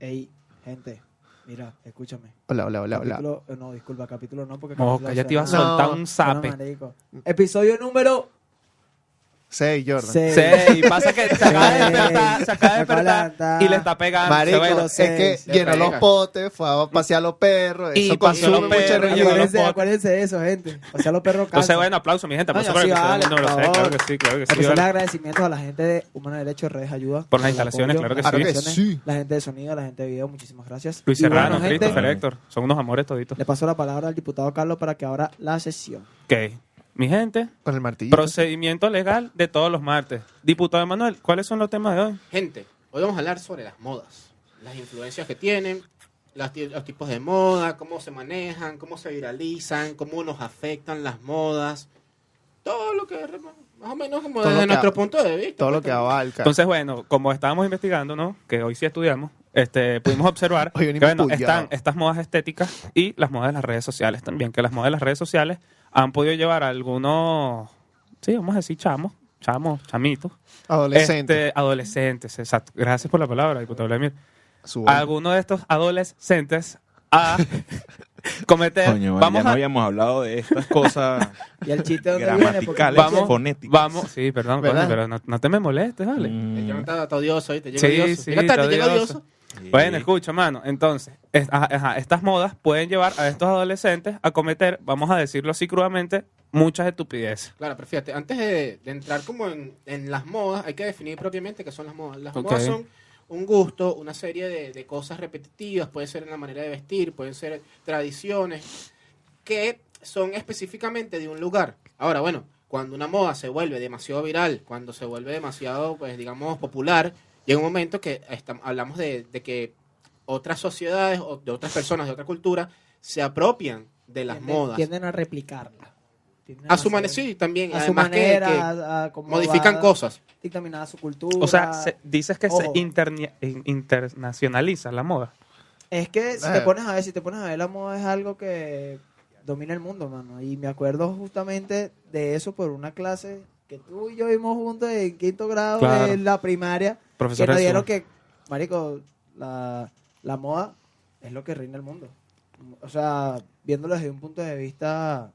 Ey, gente, mira, escúchame. Hola, hola, hola, hola. Capítulo- eh, no, disculpa, capítulo no, porque. Mosca, ya te ibas a No, soltar un zape. zape. Episodio número Seis, Jordan. 6. Sí, pasa que se acaba de despertar, se acaba de Se acaba de despertar levantar. y le está pegando. Marico, se ve. es seis, que se llenó pega. los potes, fue a pasear a los perros, Y eso paseó a los consume mucha perros, energía. llegó a los Acuérdense, potes. acuérdense de eso, gente. Pasear los perros cansa. Entonces, bueno, aplauso, mi gente. Aplauso Coño, para sí, que se vale, den un número por seis, Claro favor. que sí, claro que sí. Especial vale. agradecimiento a la gente de Humano Derecho Redes Ayuda. Por las el instalaciones, apoyo, claro que las sí. instalaciones, Claro que sí. La gente de sonido, la gente de video, muchísimas gracias. Luis Y bueno, Serrano, gente, Christopher Héctor. Son unos amores toditos. Le paso la palabra al diputado Carlos para que abra la sesión. Ok. Mi gente, Con el martillo. procedimiento legal de todos los martes. Diputado Emanuel, ¿cuáles son los temas de hoy? Gente, hoy vamos a hablar sobre las modas, las influencias que tienen, las ti- los tipos de moda, cómo se manejan, cómo se viralizan, cómo nos afectan las modas, todo lo que re- más o menos como Todo lo desde que nuestro a- punto de vista. Todo lo pues, que también. abarca. Entonces, bueno, como estábamos investigando, ¿no? Que hoy sí estudiamos, este, pudimos observar Hoy que venimos bueno, puyados. están estas modas estéticas y las modas de las redes sociales también, que las modas de las redes sociales han podido llevar a algunos, sí, vamos a decir chamos, chamos, chamitos, Adolescente. este, adolescentes, exacto. Gracias por la palabra, diputado Vladimir. Su- A algunos de estos adolescentes a Este, cometer, Coño, vale, vamos ya no a, habíamos hablado de estas cosas Y el chiste de dónde viene. porque- gramaticales, Vamos, fonéticas. vamos, sí, perdón, ¿Verdad? coño, pero no, no te me molestes, vale. El Jonathan Mm, está, está odioso, ¿viste? Llega Sí, odioso. sí, Llega tarde, está llega odioso. odioso. sí. Bueno, escucha, mano. Entonces, es- ajá, ajá, estas modas pueden llevar a estos adolescentes a cometer, vamos a decirlo así crudamente, muchas estupideces. Claro, pero fíjate, antes de, de entrar como en, en las modas, hay que definir propiamente qué son las modas. Las Ok. modas son un gusto, una serie de, de cosas repetitivas, puede ser en la manera de vestir, pueden ser tradiciones, que son específicamente de un lugar. Ahora, bueno, cuando una moda se vuelve demasiado viral, cuando se vuelve demasiado, pues digamos, popular, llega un momento que estam- hablamos de, de que otras sociedades, o de otras personas, de otra cultura, se apropian de las tienden- modas. Tienden a replicarla. Tienden A su hacer- manera, sí, también. A su además que- manera, que, a- a cómo modifican va cosas. Dictaminada su cultura. O sea, se- dices que se Ojo. interni- in- internacionaliza la moda. Es que si Eh. te pones a ver, si te pones a ver, la moda es algo que domina el mundo, mano. Y me acuerdo justamente de eso por una clase que tú y yo vimos juntos en quinto grado Claro. Pues en la primaria. Profesor que nos dieron Azul. que, marico, la, la moda es lo que reina el mundo. O sea, viéndolo desde un punto de vista,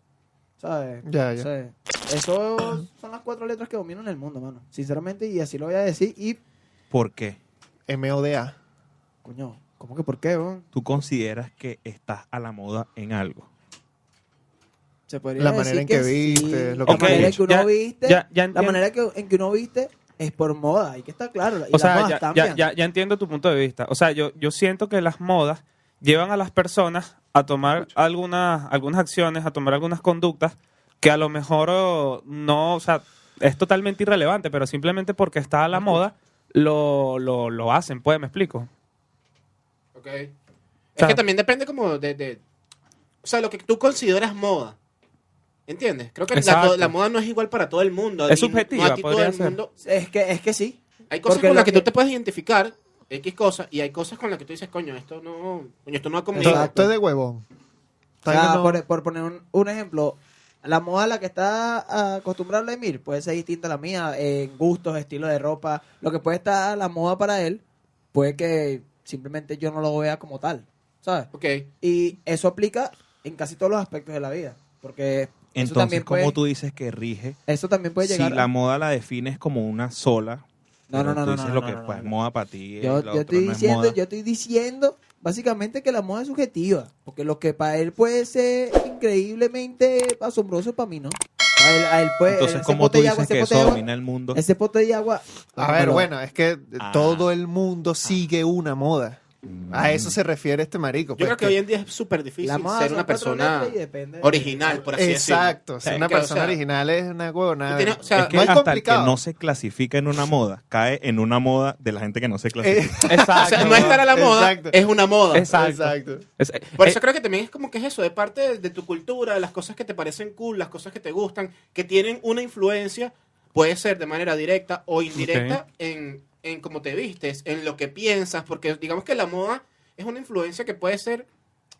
¿sabes? Ya, ya. O sea, eso son las cuatro letras que dominan el mundo, mano. Sinceramente, y así lo voy a decir. Y, ¿Por qué? MODA. coño, ¿cómo que por qué, weón? ¿Tú consideras que estás a la moda en algo? Se podría La manera decir en que sí. viste, lo que la manera en escuchas. que uno Ya- viste, ya- ya la entiendo. manera que, en que uno viste es por moda, hay que estar claro. Y O las sea, modas ya, ya, cambian. ya- ya entiendo tu punto de vista. O sea, yo, yo siento que las modas llevan a las personas a tomar algunas, algunas acciones, a tomar algunas conductas que a lo mejor oh, no, o sea, es totalmente irrelevante, pero simplemente porque está a la moda, lo, lo, lo hacen, pues, me explico. Ok. sea- es que también depende como de, de- O sea, lo que tú consideras moda. ¿Entiendes? Creo que la, Exacto. la moda no es igual para todo el mundo. Es y no- subjetiva, no a ti todo podría el ser. mundo- Es que, es que sí. Hay cosas Porque con las lo que, que- tú te puedes identificar, X cosas, y hay cosas con las que tú dices, coño, esto no, coño, esto no va conmigo. Exacto. Esto es de huevón. O Está Ah, sea, viendo- por, por poner un, un ejemplo, la moda a la que está acostumbrada Vladimir puede ser distinta a la mía en gustos, estilo de ropa. Lo que puede estar la moda para él puede que simplemente yo no lo vea como tal, ¿sabes? Ok. Y eso aplica en casi todos los aspectos de la vida. Porque eso Entonces, también ¿cómo puede, tú dices que rige? eso también puede si llegar la moda la defines como una sola, No, no, pero no, tú no, dices no, lo no, que no, pues, no. moda para ti, es, Yo, lo yo otro estoy no es diciendo, moda. yo eh, estoy diciendo básicamente que la moda es subjetiva, porque lo que para él puede ser increíblemente asombroso para mí, ¿no? A él, a él puede, Entonces, ese ¿cómo pote tú de agua, dices ese que pote eso de agua- domina el mundo? Ese pote de agua. A ver, Pero- bueno, es que Ah. todo el mundo sigue una moda. ah, Mm. A eso se refiere este marico. Mm. Yo pues, creo que hoy en día es súper difícil La moda ser son una cuatro persona letras y depende de- original, por así decirlo. Exacto. Sí, Ser una que, o persona sea, original es una huevonada. tú tienes- o sea, es que no es hasta el complicado. que no se clasifica en una moda, cae en una moda de la gente que no se Eh, clasifica. Exacto. O sea, no estar a la moda Exacto. es una moda. Exacto. Exacto. Es- Por eh, eso creo que también es como que es eso, de parte de, de tu cultura, de las cosas que te parecen cool, las cosas que te gustan, que tienen una influencia, puede ser de manera directa o indirecta en, en cómo te vistes, en lo que piensas, porque digamos que la moda es una influencia que puede ser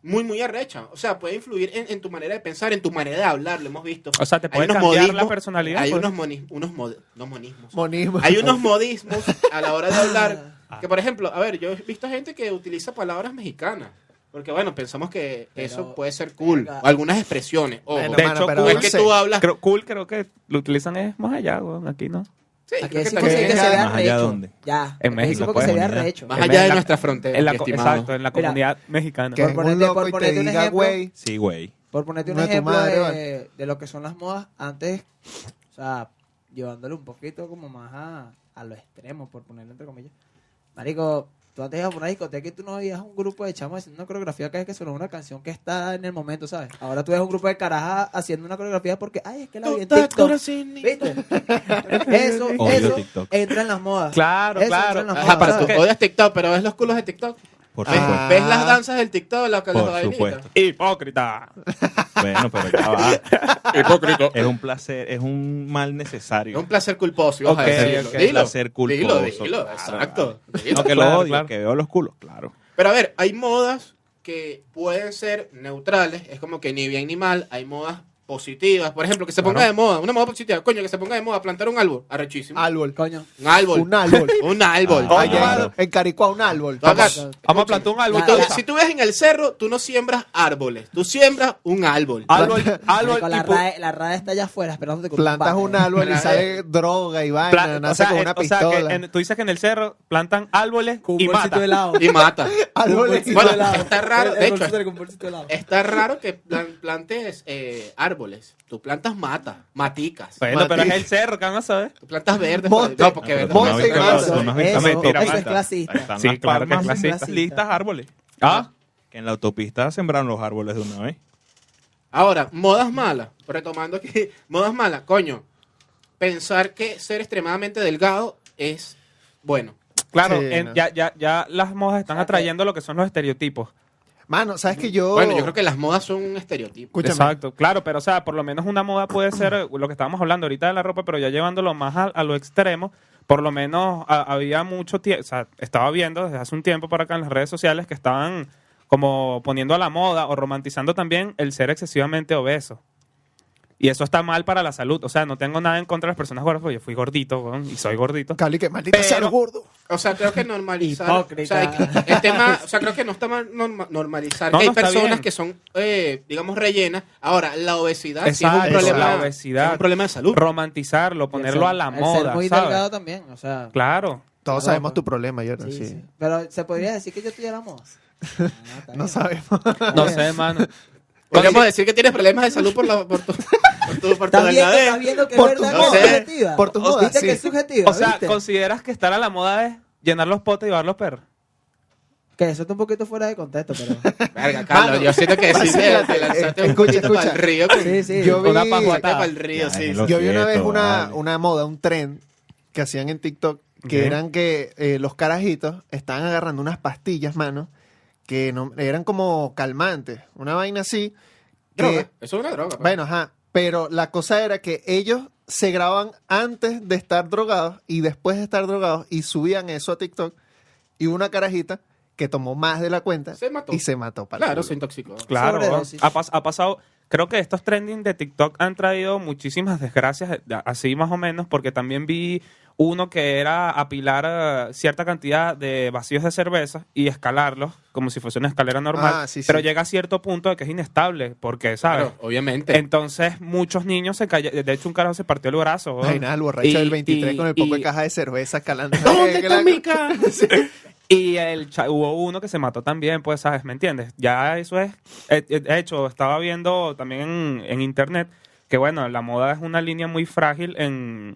muy, muy arrecha. O sea, puede influir en, en tu manera de pensar, en tu manera de hablar, lo hemos visto. o sea, te Hay puede unos cambiar la modismos, personalidad. Hay pues. unos, moni- unos mod- no monismos. Monismo. Hay unos modismos a la hora de hablar Que por ejemplo, a ver, yo he visto gente que utiliza palabras mexicanas. Porque bueno, pensamos que Pero- eso puede ser cool. Venga. o algunas expresiones. Ojo. Bueno, De mano, hecho, pero es no que sé. tú hablas. Creo, cool, creo que lo utilizan es más allá, weón, aquí no. Sí, creo Aquí que decimos también que es- se vea Más allá recho. dónde. Ya. En Aquí México, decimos pues, que se vea comunidad. recho. más en allá de la- nuestra frontera. En la, Eh, mi co- estimado. exacto, en la Mira. comunidad mexicana. Que Por es ponerte- un loco por y te ponerte un diga, ejemplo. güey. Sí, güey. Por ponerte un No, tu ejemplo madre, de, vale. de lo que son las modas antes, o sea, llevándole un poquito como más a, a los extremos, por ponerlo entre comillas. Marico, tú antes ibas a una discoteca y tú no veías un grupo de chamos haciendo una coreografía que es que sonó una canción que está en el momento, ¿sabes? Ahora tú ves un grupo de carajas haciendo una coreografía porque, ay, es que la vi en TikTok. ¿Viste? Eso, Odio eso TikTok. entra en las modas. Claro, Eso entra claro. en las Ajá, para modas, tú ¿sabes? odias TikTok, pero ves los culos de TikTok. Por Ah. ¿Ves, supuesto. ves las danzas del TikTok, la que Por las bailinitas? supuesto. Hipócrita. Bueno, pero ya va. Hipócrita. Es un placer, es un mal Es un necesario. placer culposo. vamos a Ok, decirlo. ok. Dilo, Placer culposo, Dilo, dilo, claro. exacto. Dilo. No que lo Claro, odio, claro. que veo los culos, claro. Pero a ver, hay modas que pueden ser neutrales, es como que ni bien ni mal, hay modas positivas, por ejemplo, que se ponga Claro. de moda, una moda positiva, coño, que se ponga de moda plantar un árbol, arrechísimo. Árbol. Coño. Un árbol. Un árbol. Un árbol. Ah, Allá claro. en- en Caricua, un árbol. Tú hagas- Coño. Vamos a plantar un árbol. La- tú- la- si tú ves en el cerro, tú no siembras árboles, tú siembras un árbol. Árbol, árbol Marico, la, y pu- RAE, la RAE está allá afuera esperándote con Plantas bate. un árbol y Una sale droga y vaina, pla- nace con en- una o sea, que pistola. en- tú dices que en el cerro plantan árboles Con un y bolsito matan. de helado. Y mata. Árboles y Bueno, droga. está raro, de hecho, con bolsito de helado. Está raro que plan- plantes eh, árboles, tú plantas matas, maticas, Bueno, pero es Matiz. el cerro, ¿qué van a saber? tú plantas verdes. Monte. No, porque verdes. Pero tú no Monte has visto Manso, los- tú no has visto eso, las eso es autopistas. clasista. Ahí están Sí, las claro que es palmas clasista. listas, árboles. Ah, Que en la autopista sembraron los árboles de una vez. Ahora, modas malas. Retomando aquí, modas malas. Coño, pensar que ser extremadamente delgado es bueno. claro, Sí, en- no. ya, ya, ya las modas están atrayendo lo que son los estereotipos. Mano, ¿sabes que yo...? Bueno, yo creo que las modas son un estereotipo. Escúchame. Exacto, claro, pero o sea, por lo menos una moda puede ser eh, lo que estábamos hablando ahorita de la ropa, pero ya llevándolo más a, a lo extremo, por lo menos a- había mucho tiempo, o sea, estaba viendo desde hace un tiempo para acá en las redes sociales que estaban como poniendo a la moda o romantizando también el ser excesivamente obeso. Y eso está mal para la salud. O sea, no tengo nada en contra de las personas gordas, porque yo fui gordito, weón, y soy gordito. Cali, que maldita sea Pero- el gordo. O sea, creo que normalizar. Hipócrita. O sea, hay que- el tema, o sea, creo que no está mal norma- normalizar. No, que no hay está personas bien. que son, eh, digamos, rellenas. Ahora, la obesidad sí es un Exacto, problema. la obesidad. es un problema de salud. Romantizarlo, Y el ponerlo ser- a la el moda, Ser muy ¿sabes? delgado también, o sea. Claro. Todos Claro, sabemos pues. tu problema, Jordan, sí, sí. sí. Pero se podría decir que yo estoy a la moda. Ah, está No bien. sabemos. No sé, mano. Podríamos decir que tienes problemas de salud por, la, por tu, por tu, por tu ¿Estás viendo, delgadez. estás viendo que es Por verdad tus que es modas. subjetiva? Por tus ¿Viste modas, sí. que es subjetiva, O sea, ¿viste? ¿consideras que estar a la moda es llenar los potes y llevar los perros? Que eso está un poquito fuera de contexto, pero... Verga, Carlos, Mano, yo siento que sí te, vacílate. te lanzaste un Escucha, poquito escucha. para el río. con- Sí, sí. Yo vi, Una pajua. Saca pa'l río, Ya, sí, déjelo sí. yo vi una vez Quieto, una, vale. una moda, un tren que hacían en TikTok, que Ok. eran que eh, los carajitos estaban agarrando unas pastillas, mano, que no, eran como calmantes, una vaina así. que- Droga. Eso es una droga. pues. Bueno, ajá. Pero la cosa era que ellos se graban antes de estar drogados y después de estar drogados y subían eso a TikTok. Y una carajita que tomó más de la cuenta Se mató. y se mató. Para Claro, se intoxicó. Claro, Sobredosis. ha, pas- ha pasado. Creo que estos trending de TikTok han traído muchísimas desgracias, eh, así más o menos, porque también vi uno que era apilar eh, cierta cantidad de vacíos de cerveza y escalarlos como si fuese una escalera normal, Ah, sí, sí. pero llega a cierto punto de que es inestable, porque, ¿sabes? Claro, obviamente. Entonces muchos niños se cayeron, de hecho un carajo se partió el brazo. ¿no? Imagina al borracho Y- del 23 y- con el poco y- de caja de cerveza escalando. ¿Dónde Eh, que la- está mi cara? Y el cha- hubo uno que se mató también, pues, ¿sabes? ¿Me entiendes? Ya eso es. eh, eh, De hecho, estaba viendo también en, en internet que, bueno, la moda es una línea muy frágil en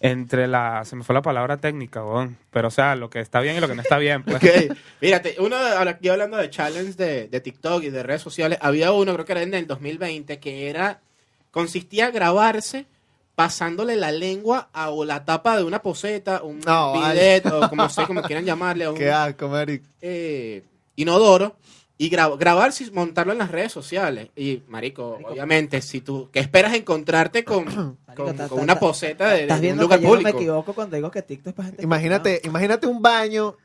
entre la. Se me fue la palabra técnica, weón. Pero, o sea, lo que está bien y lo que no está bien, pues. Ok, Fíjate, uno, de- ahora yo hablando de challenge de, de TikTok y de redes sociales, había uno, creo que era en el 2020, que era, consistía en grabarse pasándole la lengua a o la tapa de una poseta, un No, bidet, o como sé, como quieran llamarle, a un Qué asco, marico. eh, inodoro, y gra- grabarse y montarlo en las redes sociales. Y, marico, obviamente, si tú, ¿qué esperas encontrarte con, con- ta- con ta- una ta- poseta de, de Estás un viendo lugar que yo no me público? equivoco cuando digo que TikTok es para gente... Imagínate, imagínate un baño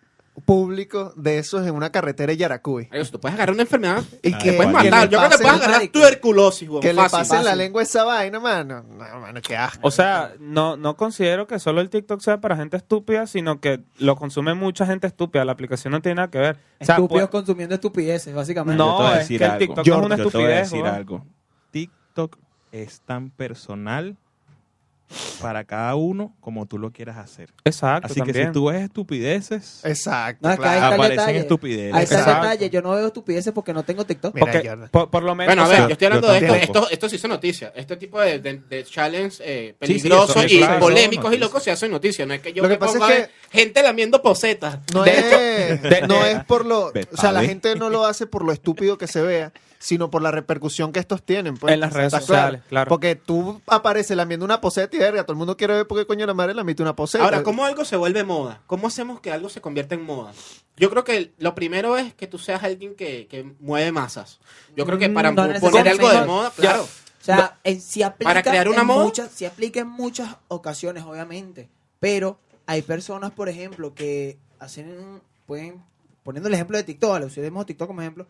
público de esos en una carretera de Yaracuy. Ay, Dios, tú puedes agarrar una enfermedad. Y Ah, que, Puedes Bueno, que matar. le Yo creo que pasen- puedes agarrar tuberculosis, weón. que le fácil. pasen la fácil. lengua esa vaina, mano. No, mano, qué asco. O sea, no, no considero que solo el TikTok sea para gente estúpida, sino que lo consume mucha gente estúpida. La aplicación no tiene nada que ver. O sea, Estúpidos pues- consumiendo estupideces, básicamente. No, Yo te voy a es decir que el TikTok algo. Yo- es una Yo te voy a estupidez, decir weón. algo. TikTok es tan personal para cada uno como tú lo quieras hacer. Exacto, Así que también. si tú ves estupideces, Exacto. No, es que ahí claro. está el aparecen detalle. estupideces. Ahí está el Exacto. detalle. Yo no veo estupideces porque no tengo TikTok. Mira, Porque Jordan. por, por lo menos... Bueno, a o ver, sea, sea, yo estoy hablando yo de esto, tampoco. esto, esto se hizo noticia. Este tipo de, de, de challenge eh, Sí, sí, eso- peligrosos eso y se hizo polémicos y noticia. locos se hacen noticia. No es que yo Lo que me pasa es ponga a ver gente lamiendo posetas. No, De es, no es por lo... Ve, O sea, la pa' ver. gente no lo hace por lo estúpido que se vea, sino por la repercusión que estos tienen. pues. En las redes ¿Estás sociales, claro. Porque tú apareces lamiendo una poseta y verga, todo el mundo quiere ver por qué coño la madre lamiste una poseta. Ahora, ¿cómo algo se vuelve moda? ¿Cómo hacemos que algo se convierta en moda? Yo creo que lo primero es que tú seas alguien que, que mueve masas. Yo creo que para No mo- poner algo de necesariamente. moda, Ya. claro. O sea, en, si aplica Para crear una en moda. muchas, si aplica en muchas ocasiones, obviamente. Pero hay personas, por ejemplo, que hacen, pueden, poniendo el ejemplo de TikTok, le usaremos TikTok como ejemplo,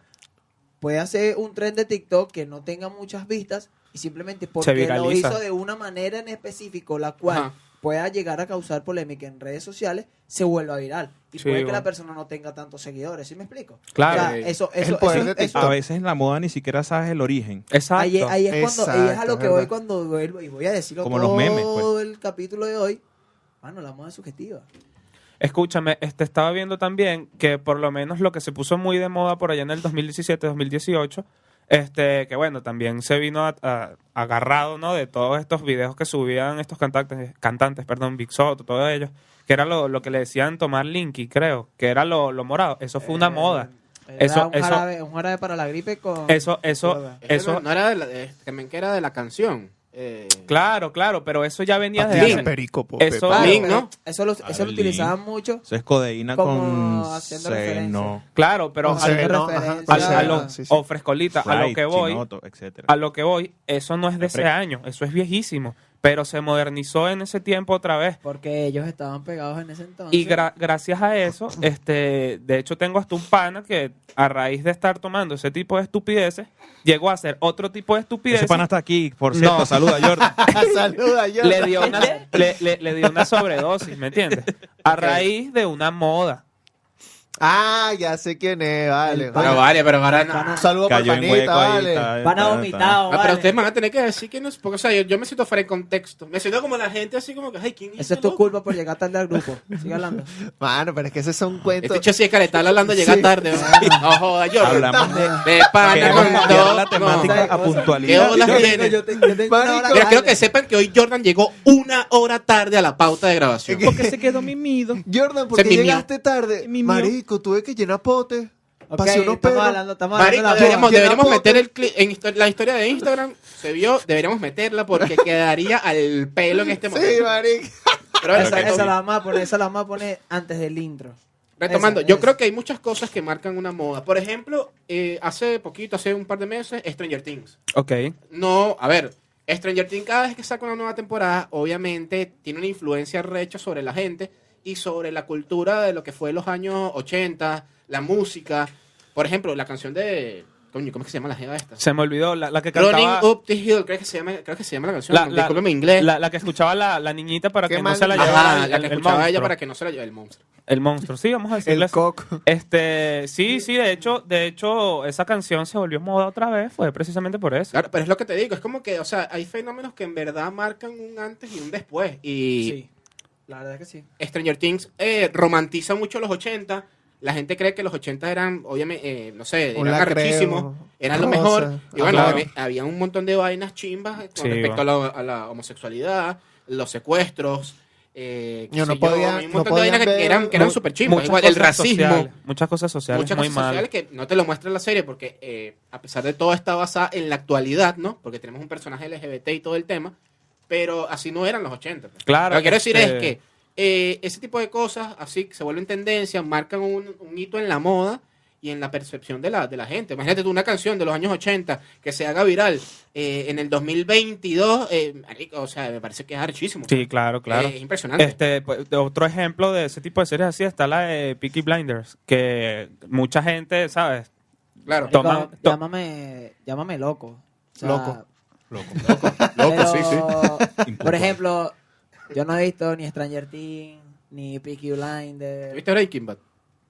puede hacer un tren de TikTok que no tenga muchas vistas y simplemente porque lo viraliza. hizo de una manera en específico, la cual Ajá. pueda llegar a causar polémica en redes sociales, se vuelva viral. Y Sí, puede que bueno. la persona no tenga tantos seguidores, ¿sí me explico? Ah, Claro. O sea, eso, Es eso, el poder eso- de eso- TikTok. a veces en la moda ni siquiera sabes el origen. Exacto. Ahí, ahí es cuando, ahí es a Exacto, lo que es voy verdad. cuando vuelvo, y voy a decirlo Como todo los memes, pues. el capítulo de hoy. Mano, la moda es subjetiva. Escúchame, este, estaba viendo también que por lo menos lo que se puso muy de moda por allá en el 2017-2018, este, que bueno, también se vino a- a- agarrado, ¿no? De todos estos videos que subían estos cantantes, cantantes, perdón, Big Soto, todos ellos, que era lo, lo que le decían tomar Linky, creo, que era lo, lo morado. Eso fue una Eh, moda. era Eso- un, eso- jarabe, un jarabe para la gripe con... Eso, eso, Verdad. Es que eso, no, no era de la, de- también que era de la canción. Eh, claro, claro, pero eso ya venía de Patillas de antes. perico, po, Eso- Pepa. Claro, Link, pero ¿no? Eso lo, eso lo Link. utilizaban mucho. Eso es codeína Como con haciendo seno, Claro, pero Con a- Haciendo Seveno, referencia a- ajá, a Seveno, lo- sí, sí. o frescolita, a lo Sprite, que voy. Chinoto, etcétera. A lo que voy, eso no es de ese Refresco. año, eso es viejísimo, pero se modernizó en ese tiempo otra vez. Porque ellos estaban pegados en ese entonces. Y gra- gracias a eso, este, de hecho tengo hasta un pana que a raíz de estar tomando ese tipo de estupideces, llegó a hacer otro tipo de estupideces. Ese pana está aquí, por cierto. No. Saluda, Jordan. Saluda, Jordan. le, dio una, le, le- le dio una sobredosis, ¿me entiendes? A raíz de una moda. Ah, ya sé quién es, vale. El pero vale. vale, pero ahora no. Un saludo para Cayó en Panita, hueco ahí. vale. está- Van a está- vomitar, Ah, vale. pero ustedes me van a tener que decir que no es- Porque, o sea, yo, yo me siento fuera de contexto. Me siento como la gente así como que, ay, ¿quién es Esa este es tu loco? culpa por llegar tarde al grupo. Sigue hablando. Mano, pero es que ese es un cuento. Este chico sí es caretala hablando, llega Sí. tarde. ¿no? No joda, yo. Hablamos de... De pana Queremos con cambiar la todo. temática No. a Qué hola. puntualidad. Yo tiene. tengo- yo tengo- yo tengo una Marico. hora No. Mira, quiero grande. que sepan que hoy Jordan llegó una hora tarde a la pauta de grabación. Porque se quedó mimido. Jordan, ¿por Se qué mimió. llegaste tarde? Mimió. Marico, tuve que llenar potes. Ok, pasé unos estamos pelos. hablando, estamos hablando de Marico, la deberíamos, moda. Llena deberíamos foto. meter el cli- en histo- la historia de Instagram. Se vio, deberíamos meterla porque quedaría al pelo en este momento. Sí, marico. Pero bueno, Esa, retom- esa la vamos a poner, esa la vamos a poner antes del intro. retomando, esa, yo esa. creo que hay muchas cosas que marcan una moda. Por ejemplo, eh, hace poquito, hace un par de meses, Stranger Things. Ok. No, a ver, Stranger Things cada vez que saca una nueva temporada, obviamente tiene una influencia recha sobre la gente y sobre la cultura de lo que fue los años 80, la música. Por ejemplo, la canción de... Coño, ¿cómo es que se llama la jeva esta? Se me olvidó la, la que Running cantaba... Up eh. the Hill, creo que se llama, creo que se llama la canción. La- disculpe la- mi inglés. La, la que escuchaba la, la niñita para Qué que no mal- se la Ajá, llevara Ajá, el- la que el escuchaba ella monstruo. para que no se la lleve el monstruo. El monstruo, sí, vamos a decirle El así. coco. Este, sí, sí, de hecho, de hecho, esa canción se volvió moda otra vez, fue precisamente por eso. Claro, pero es lo que te digo, es como que, o sea, hay fenómenos que en verdad marcan un antes y un después. Y Sí, la verdad es que sí. Stranger Things eh, romantiza mucho los 80. La gente cree que los 80 eran, obviamente, eh, no sé, Un eran lacreo, arrechísimos, eran lo rosa. mejor. Y Ah, bueno, claro. había, había un montón de vainas chimbas con Sí, respecto a la, a la homosexualidad, los secuestros. Eh, qué Yo no sé yo, podía- había un no montón de podían vainas que ver- eran, que eran mu- súper chimbas. Igual el cosas racismo, sociales, muchas cosas sociales muchas muy cosas sociales mal. que no te lo muestra la serie porque eh, a pesar de todo está basada en la actualidad, ¿no? Porque tenemos un personaje LGBT y todo el tema, pero así no eran los 80. pues. Claro, Lo que quiero decir es este- que eh, ese tipo de cosas así que se vuelven tendencia, marcan un, un hito en la moda y en la percepción de la, de la gente. Imagínate tú una canción de los años 80 que se haga viral eh, en el 2022, eh, marico, o sea, me parece que es archísimo. Sí, claro, claro. Eh, es impresionante. Este, pues, de otro ejemplo de ese tipo de series así está la de Peaky Blinders, que mucha gente, ¿sabes? claro. to- Toma- Marico, to- llámame, llámame loco. O sea, Loco. Loco, loco, loco, sí, sí. pero, Por ejemplo, yo no he visto ni Stranger Things, ni Peaky Blinders, ¿Viste Breaking Bad?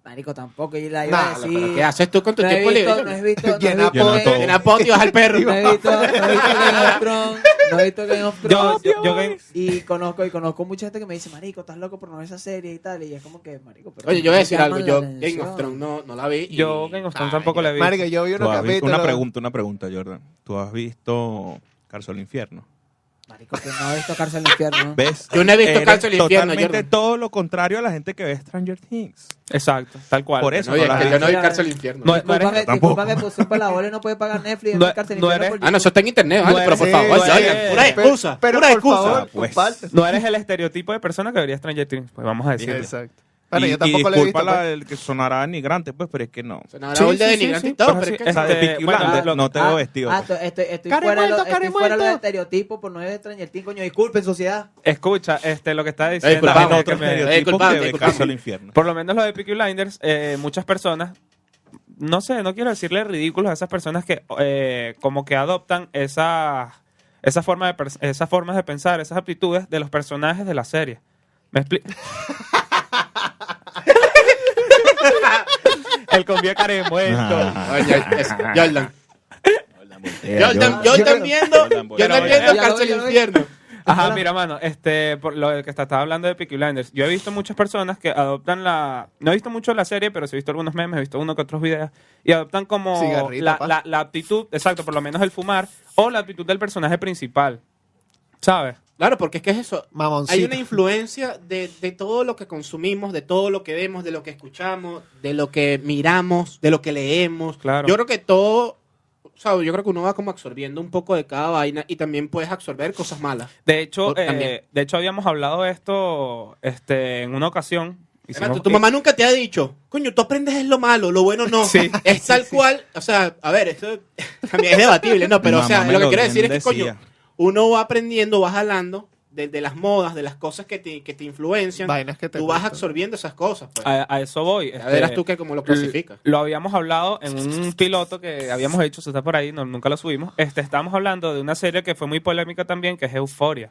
Marico tampoco, y la iba a Nah, decir. pero ¿Qué haces tú con tu Eh, no he tiempo visto, libre? no he visto, no he Llena visto todo. Game- En Apple te vas al perro. no he visto, no he visto Game of Thrones, no he visto Game of Yo, Thrones. yo, yo que- Y conozco, y conozco mucha gente que me dice, marico, estás loco por no ver esa serie y tal, y es como que, marico, pero Oye, yo voy a decir llaman algo. la Yo Game atención. of Thrones no, no la vi. y- yo Game of Thrones Ah, tampoco le vi. Marico, yo vi Tú unos has visto- capítulos. Una pregunta, una pregunta, Jordan. ¿Tú has visto Carso al Infierno? Marico, que no he visto Cárcel del Infierno. ¿Ves? Yo no he visto Eres Carso al Infierno, Totalmente Jordan. todo lo contrario a la gente que ve Stranger Things. Exacto, tal cual. Por No, eso oye, no la que vi. yo no vi Mira, Cárcel al Infierno. no- Disculpame, tampoco. disculpame, puse un palabola y no puede pagar Netflix. No- No, cárcel no infierno eres- por Ah, no, eso está en internet, ¿vale? No pero por Sí, favor, no oigan, eres- pura Pero- excusa, pero pura por excusa. favor, Pues. comparte. No eres el estereotipo de persona que vería Stranger Things, pues vamos a decirlo. Exacto. Bueno, y, yo tampoco y le he disculpa visto. la- pues. el que sonará denigrante, pues, pero es que no. Sonaba Sí, burda sí, de sí, nigrante y sí, todo, pero pero es sí, que este, Esa de Peaky bueno, Blinders, lo- no te veo vestido. Ah, pues. esto- esto- estoy Cara fuera, de muerto, los- estoy cara fuera de los muerto. estereotipos por no ver Stranger Things, coño. Disculpen, sociedad. Escucha, este, lo que está diciendo. disculpa, la gente otro que me- estereotipo Eh, disculpa, que ve disculpa. Carso al Infierno. Por lo menos lo de Peaky Blinders, eh, muchas personas, no sé, no quiero decirle ridículos a esas personas que eh, como que adoptan esa, esa forma de pers- esas formas de pensar, esas aptitudes de los personajes de la serie. ¿Me explico? El convía caremo Ah, esto. Oye, Ah, es- Jordan. Jordan, Jordan. Jordan viendo, Jordan Jordan, Jordan. viendo Ya, Cárcel ya, al ya. Infierno. Ajá, mira, mano, este, por lo que está, estaba hablando de Peaky Blinders, yo he visto muchas personas que adoptan la... No he visto mucho la serie, pero sí he visto algunos memes, he visto uno que otros videos, y adoptan como Cigarrito, la, pa. la, la aptitud, exacto, por lo menos el fumar, o la aptitud del personaje principal, ¿sabes? Claro, porque es que es eso. Hay Mamoncito. una influencia de, de todo lo que consumimos, de todo lo que vemos, de lo que escuchamos, de lo que miramos, de lo que leemos. Claro. Yo creo que todo, o sea, yo creo que uno va como absorbiendo un poco de cada vaina y también puedes absorber cosas malas. De hecho, Yo también. eh, de hecho habíamos hablado de esto este, en una ocasión. Además, Hicimos- tu, tu mamá nunca te ha dicho, coño, tú aprendes es lo malo, lo bueno no. Sí. es tal cual, o sea, a ver, esto también es debatible, ¿no? Pero, o Mamá sea, me lo que lo quiero decir es que, bien coño, decía. uno va aprendiendo, va jalando de, de las modas, de las cosas que te, que te influencian. Vainas que te tú vas gustan. absorbiendo esas cosas. Pues. a, a eso voy. Ya este, verás tú que como lo clasificas. Lo habíamos hablado en un piloto que habíamos hecho, se está por ahí, no, nunca lo subimos. Este, estábamos hablando de una serie que fue muy polémica también, que es Euforia.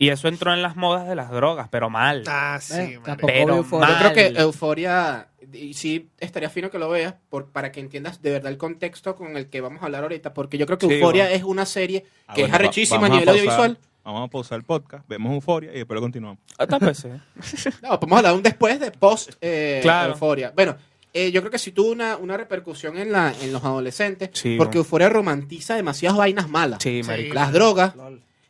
Y eso entró en las modas de las drogas, pero mal. Ah, sí, Eh, marico. tampoco Pero veo mal. Yo fuera. creo que Euforia, y sí, estaría fino que lo veas por, para que entiendas de verdad el contexto con el que vamos a hablar ahorita, porque yo creo que Sí, Euforia bueno. es una serie que Ah, es bueno, va- arrechísima a vamos nivel pausar- audiovisual. Vamos a pausar el podcast, vemos Euforia y después lo continuamos. Hasta pues, sí. No, pues vamos a hablar un después de post eh, Claro. Euforia. Bueno, eh, yo creo que sí tuvo una, una repercusión en, la, en los adolescentes, Sí, porque bueno. Euforia romantiza demasiadas vainas malas. Sí, Sí. marico. Las drogas,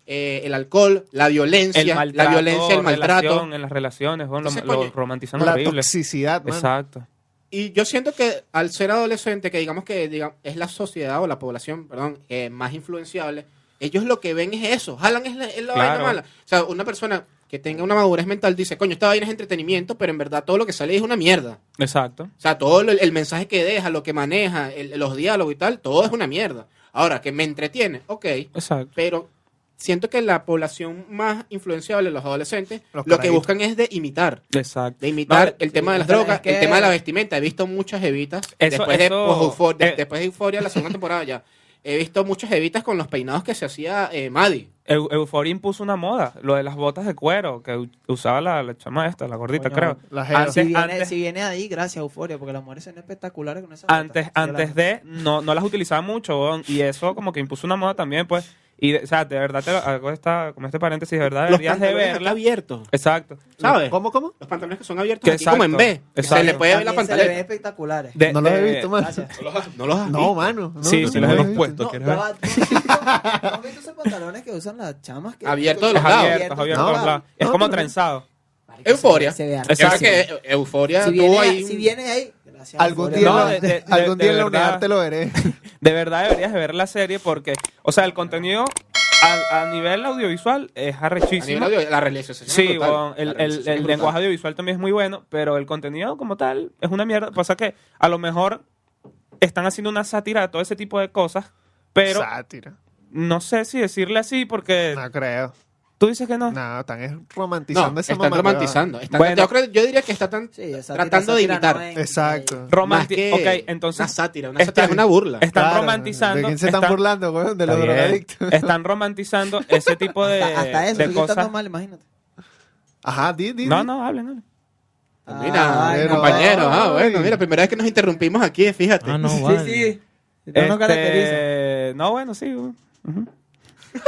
eh, el alcohol, la violencia, El maltrato, la violencia, el maltrato. relación, en las relaciones, bueno, Entonces, lo, lo coño, romantizan La horrible. toxicidad, mano. Exacto. Y yo siento que al ser adolescente, que digamos que diga- es la sociedad o la población, perdón, eh, más influenciable, ellos lo que ven es eso, jalan es la, es la Claro. vaina mala. O sea, una persona que tenga una madurez mental dice, coño, esta vaina es entretenimiento, pero en verdad todo lo que sale es una mierda. Exacto. O sea, todo lo- el mensaje que deja, lo que maneja, el- los diálogos y tal, todo es una mierda. Ahora, que me entretiene, ok, Exacto. pero siento que la población más influenciable, los adolescentes, Los lo que carajitos. buscan es de imitar Exacto. de imitar Vale, el sí, tema de o las sea, drogas, es que- el tema de la vestimenta. He visto muchas evitas Eso- después, de, eso- post-Eufor- de- eh. después de Euforia, la segunda temporada ya. He visto muchas evitas con los peinados que se hacía eh, Maddie. Eu- Euforia impuso una moda, lo de las botas de cuero que u- usaba la, la chama esta, la gordita, Coño, creo. la jeva. Antes- Si viene, antes- si viene ahí, gracias, Euforia, porque las mujeres son espectaculares con esa antes, antes de, no, no las utilizaba mucho, weón, y eso como que impuso una moda también, pues. Y, de- o sea, de verdad, te lo- hago esta, como este paréntesis, de verdad, Los deberías de pantalones acá verla. abiertos, Exacto. ¿sabes? ¿Cómo, cómo? Los pantalones que son abiertos Que aquí como en B. exacto, que Se exacto. le puede ver la Se le ven pantaleta. espectaculares. De- No lo he de- visto, mano. Gracias. No los has No, visto. mano. no, Sí, no, sí, no los lo hemos he visto. puesto. No, ¿Quieres no, ver? ¿no has visto esos pantalones que usan las chamas? que- Abiertos de los Es lados. abierto, es abierto a los lados. Es No, como pero- trenzado. Marico, se ve- Euforia. Se ve Yo Exacto. creo artísimo. que eh, Euforia Si tuvo viene, ahí. si viene ahí, gracias. Algún Euforia. día, No, en la- de- de- algún de- día en de la verdad. unidad te lo veré. De verdad deberías de ver la serie porque, o sea, el contenido a, a nivel audiovisual es a nivel arrechísimo. audio- la realización. es Sí, brutal. weón, La el, el- realización es el brutal. lenguaje audiovisual también es muy bueno, pero el contenido como tal es una mierda. Pasa que a lo mejor están haciendo una sátira de todo ese tipo de cosas, pero Sátira. no sé si decirle así porque No creo. tú dices que no. No, están es romantizando No, esa están mamá huevada. romantizando. Están- Bueno. eh, yo, creo- yo diría que están Sí, esa tira- tratando esa de tira imitar. no es- Exacto. Romanti- Más que ok, una entonces este- sátira, una sátira es están- una burla. están Claro, romantizando. ¿De quién se están, burlando, weón? De Está los bien. drogadictos. Están romantizando ese tipo de, Eh, Hasta, hasta eso, de estoy cosas. estando mal, imagínate. Ajá, di, di. No, di. no, hablen, hablen. Ah, Pues Mira, ay, pero- no. compañero, ah, bueno, mira, primera vez que nos interrumpimos aquí, fíjate. Ah, no, Sí, vale. sí. No nos Oh, Este, caracteriza. No, bueno, sí. uh, ujú.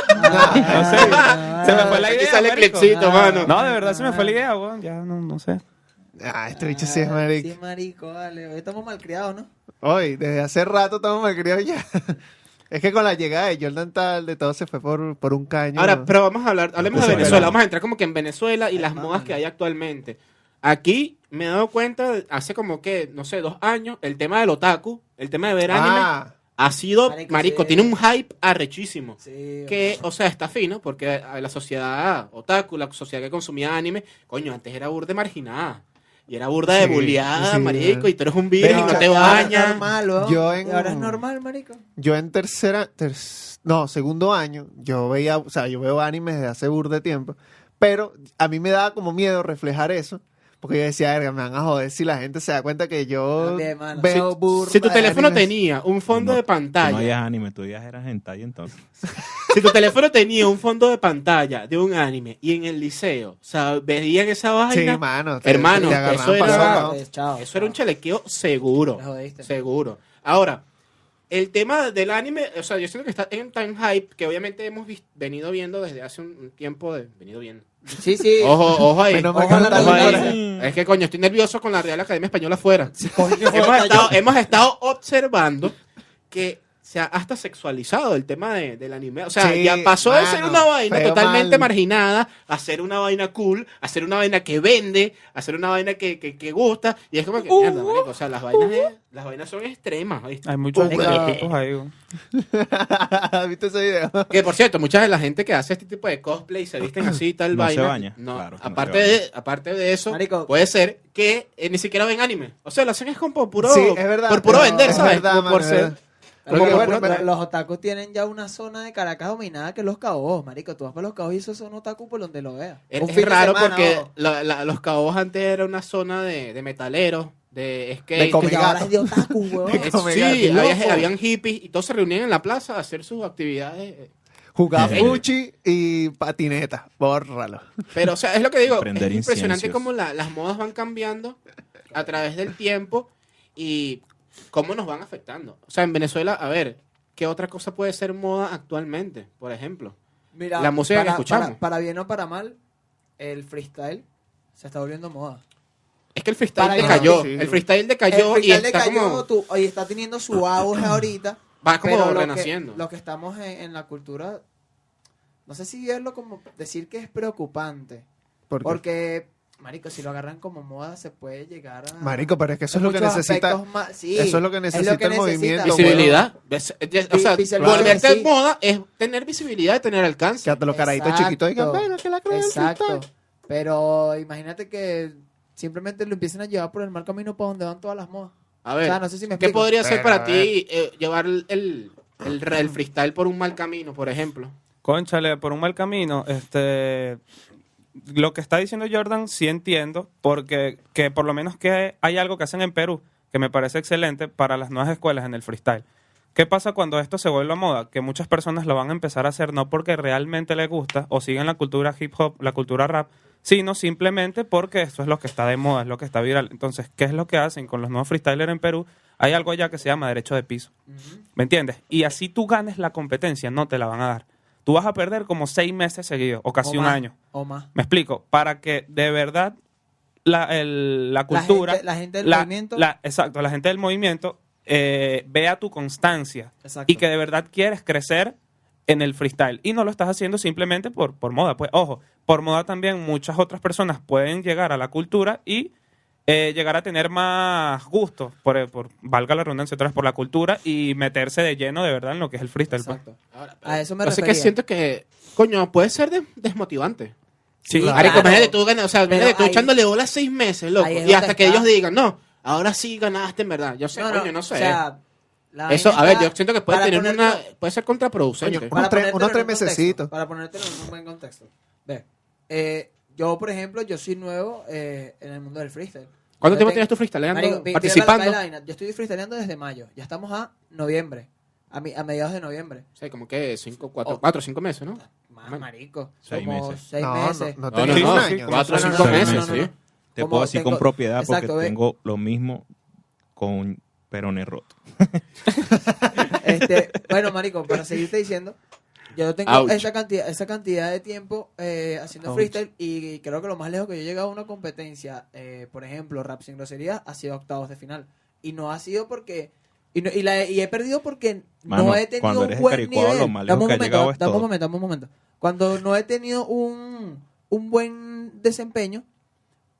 Ah, no sé. ah, Se me fue la Aquí idea. sale marico. clipsito, Ah. mano. No, de verdad se me fue la idea, weón. Ya no, no sé. Ah, este bicho sí es marico. Sí, marico, vale. Hoy estamos malcriados, ¿no? Hoy, desde hace rato estamos malcriados ya. es que con la llegada de Jordan Tal, de todo se fue por, por un caño. Ahora, pero vamos a hablar, hablemos de Venezuela. Venezuela. Vamos a entrar como que en Venezuela y las mami. modas que hay actualmente. Aquí me he dado cuenta, hace como que, no sé, dos años, el tema del otaku, el tema de ver anime, ah, ha sido, Marico, marico, sí. tiene un hype arrechísimo. Sí. Que, o sea, está fino, porque a la sociedad otaku, la sociedad que consumía anime, coño, antes era burda de marginada. Y era burda de Sí, buleada, sí, marico, eh. y tú eres un virgen, Venga, no te Ahora es bañas. normal, weón. Yo en- Y Ahora es normal, marico. yo en tercera, ter- no, segundo año, yo veía, o sea, yo veo animes desde hace burda de tiempo, pero a mí me daba como miedo reflejar eso. Porque yo decía, verga, me van a joder si la gente se da cuenta que yo También, mano. veo Si- burda. si tu de teléfono animes. tenía un fondo No, de Tú pantalla, no veías anime, tú veías era hentai entonces. si tu teléfono tenía un fondo de pantalla de un anime y en el liceo, o sea, veían esa Sí, vaina, mano. Hermano, agarraban eso era- pasando, ¿no? Chao, Pues, chao. eso era un chalequeo seguro. Te jodiste. Seguro. Ahora, el tema del anime, o sea, yo siento que está en tan hype que obviamente hemos vis- venido viendo desde hace un un tiempo de venido viendo. Sí, sí. Ojo, ojo ahí. Menos mal Ojo que no a la estaba- noticia. Ojo ahí. Es que coño, estoy nervioso con la Real Academia Española afuera. Cayó. hemos, estado, hemos estado observando que se ha hasta sexualizado el tema de- del anime. O sea, Sí, ya pasó de ser mano, una vaina feo totalmente mal. marginada a ser una vaina cool, a ser una vaina que vende, a ser una vaina que, que- que gusta. Y es como que, Uh. mierda, marico, o sea, las vainas, de- las vainas son extremas. ¿oíste? Hay muchos Venga. estereotipos ahí, weón. ¿Viste ese video? Que por cierto, mucha de la gente que hace este tipo de cosplay y se visten así y tal No vaina. se baña, No, claro que no aparte, se De, aparte de eso, Marico. puede ser que eh, ni siquiera ven anime. O sea, lo hacen es como por puro, Sí, es verdad, por puro pero- vender, es ¿sabes? verdad, Como mano, por es ser. verdad. como Porque, por bueno, puro- Los otakus tienen ya una zona de Caracas dominada que es los caobos, marico. Tú vas para los caobos y esos son otakus por donde lo veas. es, Un es fin de raro semana, porque ojo. la- la- los cabos antes era una zona de, de metaleros, de skate. De come Y ahora gato. es de otakus, weón. De come sí, gato, había- loco. habían hippies y todos se reunían en la plaza a hacer sus actividades. eh, Jugaba Sí. Fuchi y patineta. Bórralo. Pero, o sea, es lo que digo, es Prender impresionante inciencios. cómo la- las modas van cambiando a través del tiempo y cómo nos van afectando. O sea, en Venezuela, a ver, ¿qué otra cosa puede ser moda actualmente? Por ejemplo. Mira, la música que para- escuchamos. Para, para bien o para mal, el freestyle se está volviendo moda. Es que el freestyle Para decayó. ganar, sí. el freestyle decayó el y freestyle está decayó, como, tú- y está teniendo su auge ahorita. va como pero lo que- renaciendo. Lo que, estamos en, en la cultura, no sé si verlo como decir que es preocupante. Porque, Porque, marico, si lo agarran como moda, se puede llegar a... marico, pero es que eso en es lo que muchos necesita. aspectos más- sí, eso es lo que necesita el movimiento, lo visibilidad. Ves- eh, O sea, Visibilidad, volverte sí. en moda es tener visibilidad y tener alcance. Que hasta los caraditos Exacto. chiquitos digan, bueno, que la creen. Exacto. Pero imagínate que simplemente lo empiecen a llevar por el mal camino para donde van todas las modas. A O ver, sea, no sé si me ¿qué explico. podría ser Pero, para a ti eh, llevar el, el, el freestyle por un mal camino, por ejemplo? Conchale, por un mal camino, este lo que está diciendo Jordan sí entiendo, porque que por lo menos que hay algo que hacen en Perú que me parece excelente para las nuevas escuelas en el freestyle. ¿Qué pasa cuando esto se vuelve a moda? Que muchas personas lo van a empezar a hacer no porque realmente les gusta o siguen la cultura hip hop, la cultura rap, sino simplemente porque esto es lo que está de moda, es lo que está viral. Entonces, ¿qué es lo que hacen con los nuevos freestylers en Perú? Hay algo allá que se llama derecho de piso. ¿Me entiendes? Y así tú ganes la competencia, no te la van a dar. Tú vas a perder como seis meses seguidos o casi O un más, año. O más. Me explico, para que de verdad la, el- la La cultura... gente- la gente del movimiento. la- exacto, la gente del movimiento eh, vea tu constancia Exacto. y que de verdad quieres crecer en el freestyle y no lo estás haciendo simplemente por, por moda. Pues ojo, por moda también muchas otras personas pueden llegar a la cultura y eh, llegar a tener más gusto, por, eh, por- valga la redundancia otra vez, por la cultura y meterse de lleno de verdad en lo que es el freestyle. pues. Exacto. A eso me Así que refería. siento que, coño, puede ser des- desmotivante. Sí, Claro. Marico, imagínate tú, ganas- o sea, Pero imagínate tú ahí- echándole bola seis meses, loco. ahí es Y hasta donde que está. ellos digan, no, ahora sí ganaste en verdad. Yo sé, coño, no sé. O sea, La Eso, vaina a ver, está- yo siento que puede para tener ponerte- una. Puede ser contraproducente. Coño, para Unos tres- ponértelo unos en tres un contexto, mesecitos. Para ponértelo en un buen contexto. Ve, eh, yo, por ejemplo, yo soy nuevo eh, en el mundo del freestyle. ¿Cuánto Yo tiempo tengo- tienes tú Marico, freestyleando, pi- participando? piedra la vaina. Yo estoy freestyleando desde mayo. Ya estamos a noviembre. A, mi- a mediados de noviembre. O sea, como que cinco, cuatro, Oh. cuatro, cinco meses, ¿no? Más marico. Seis como meses. seis no, meses. no, No, no, tenía no, un no, año. Cuatro, no, no, cinco no, meses, no, no, ¿sí. no. Te Como puedo decir tengo- con propiedad porque Exacto, ve. tengo lo mismo con Perone roto. Este, bueno, marico, para seguirte diciendo, yo tengo Ouch. esa cantidad, esa cantidad de tiempo eh, haciendo Ouch. freestyle y creo que lo más lejos que yo he llegado a una competencia, eh, por ejemplo, rap sin groserías, ha sido octavos de final. Y no ha sido porque... Y, no- y la he- y he perdido porque no Mano, he tenido cuando un eres buen escaricuado, nivel. lo más lejos Dame un que ha momento, llegado es dame un todo. momento, dame un momento. Cuando no he tenido un, un buen desempeño,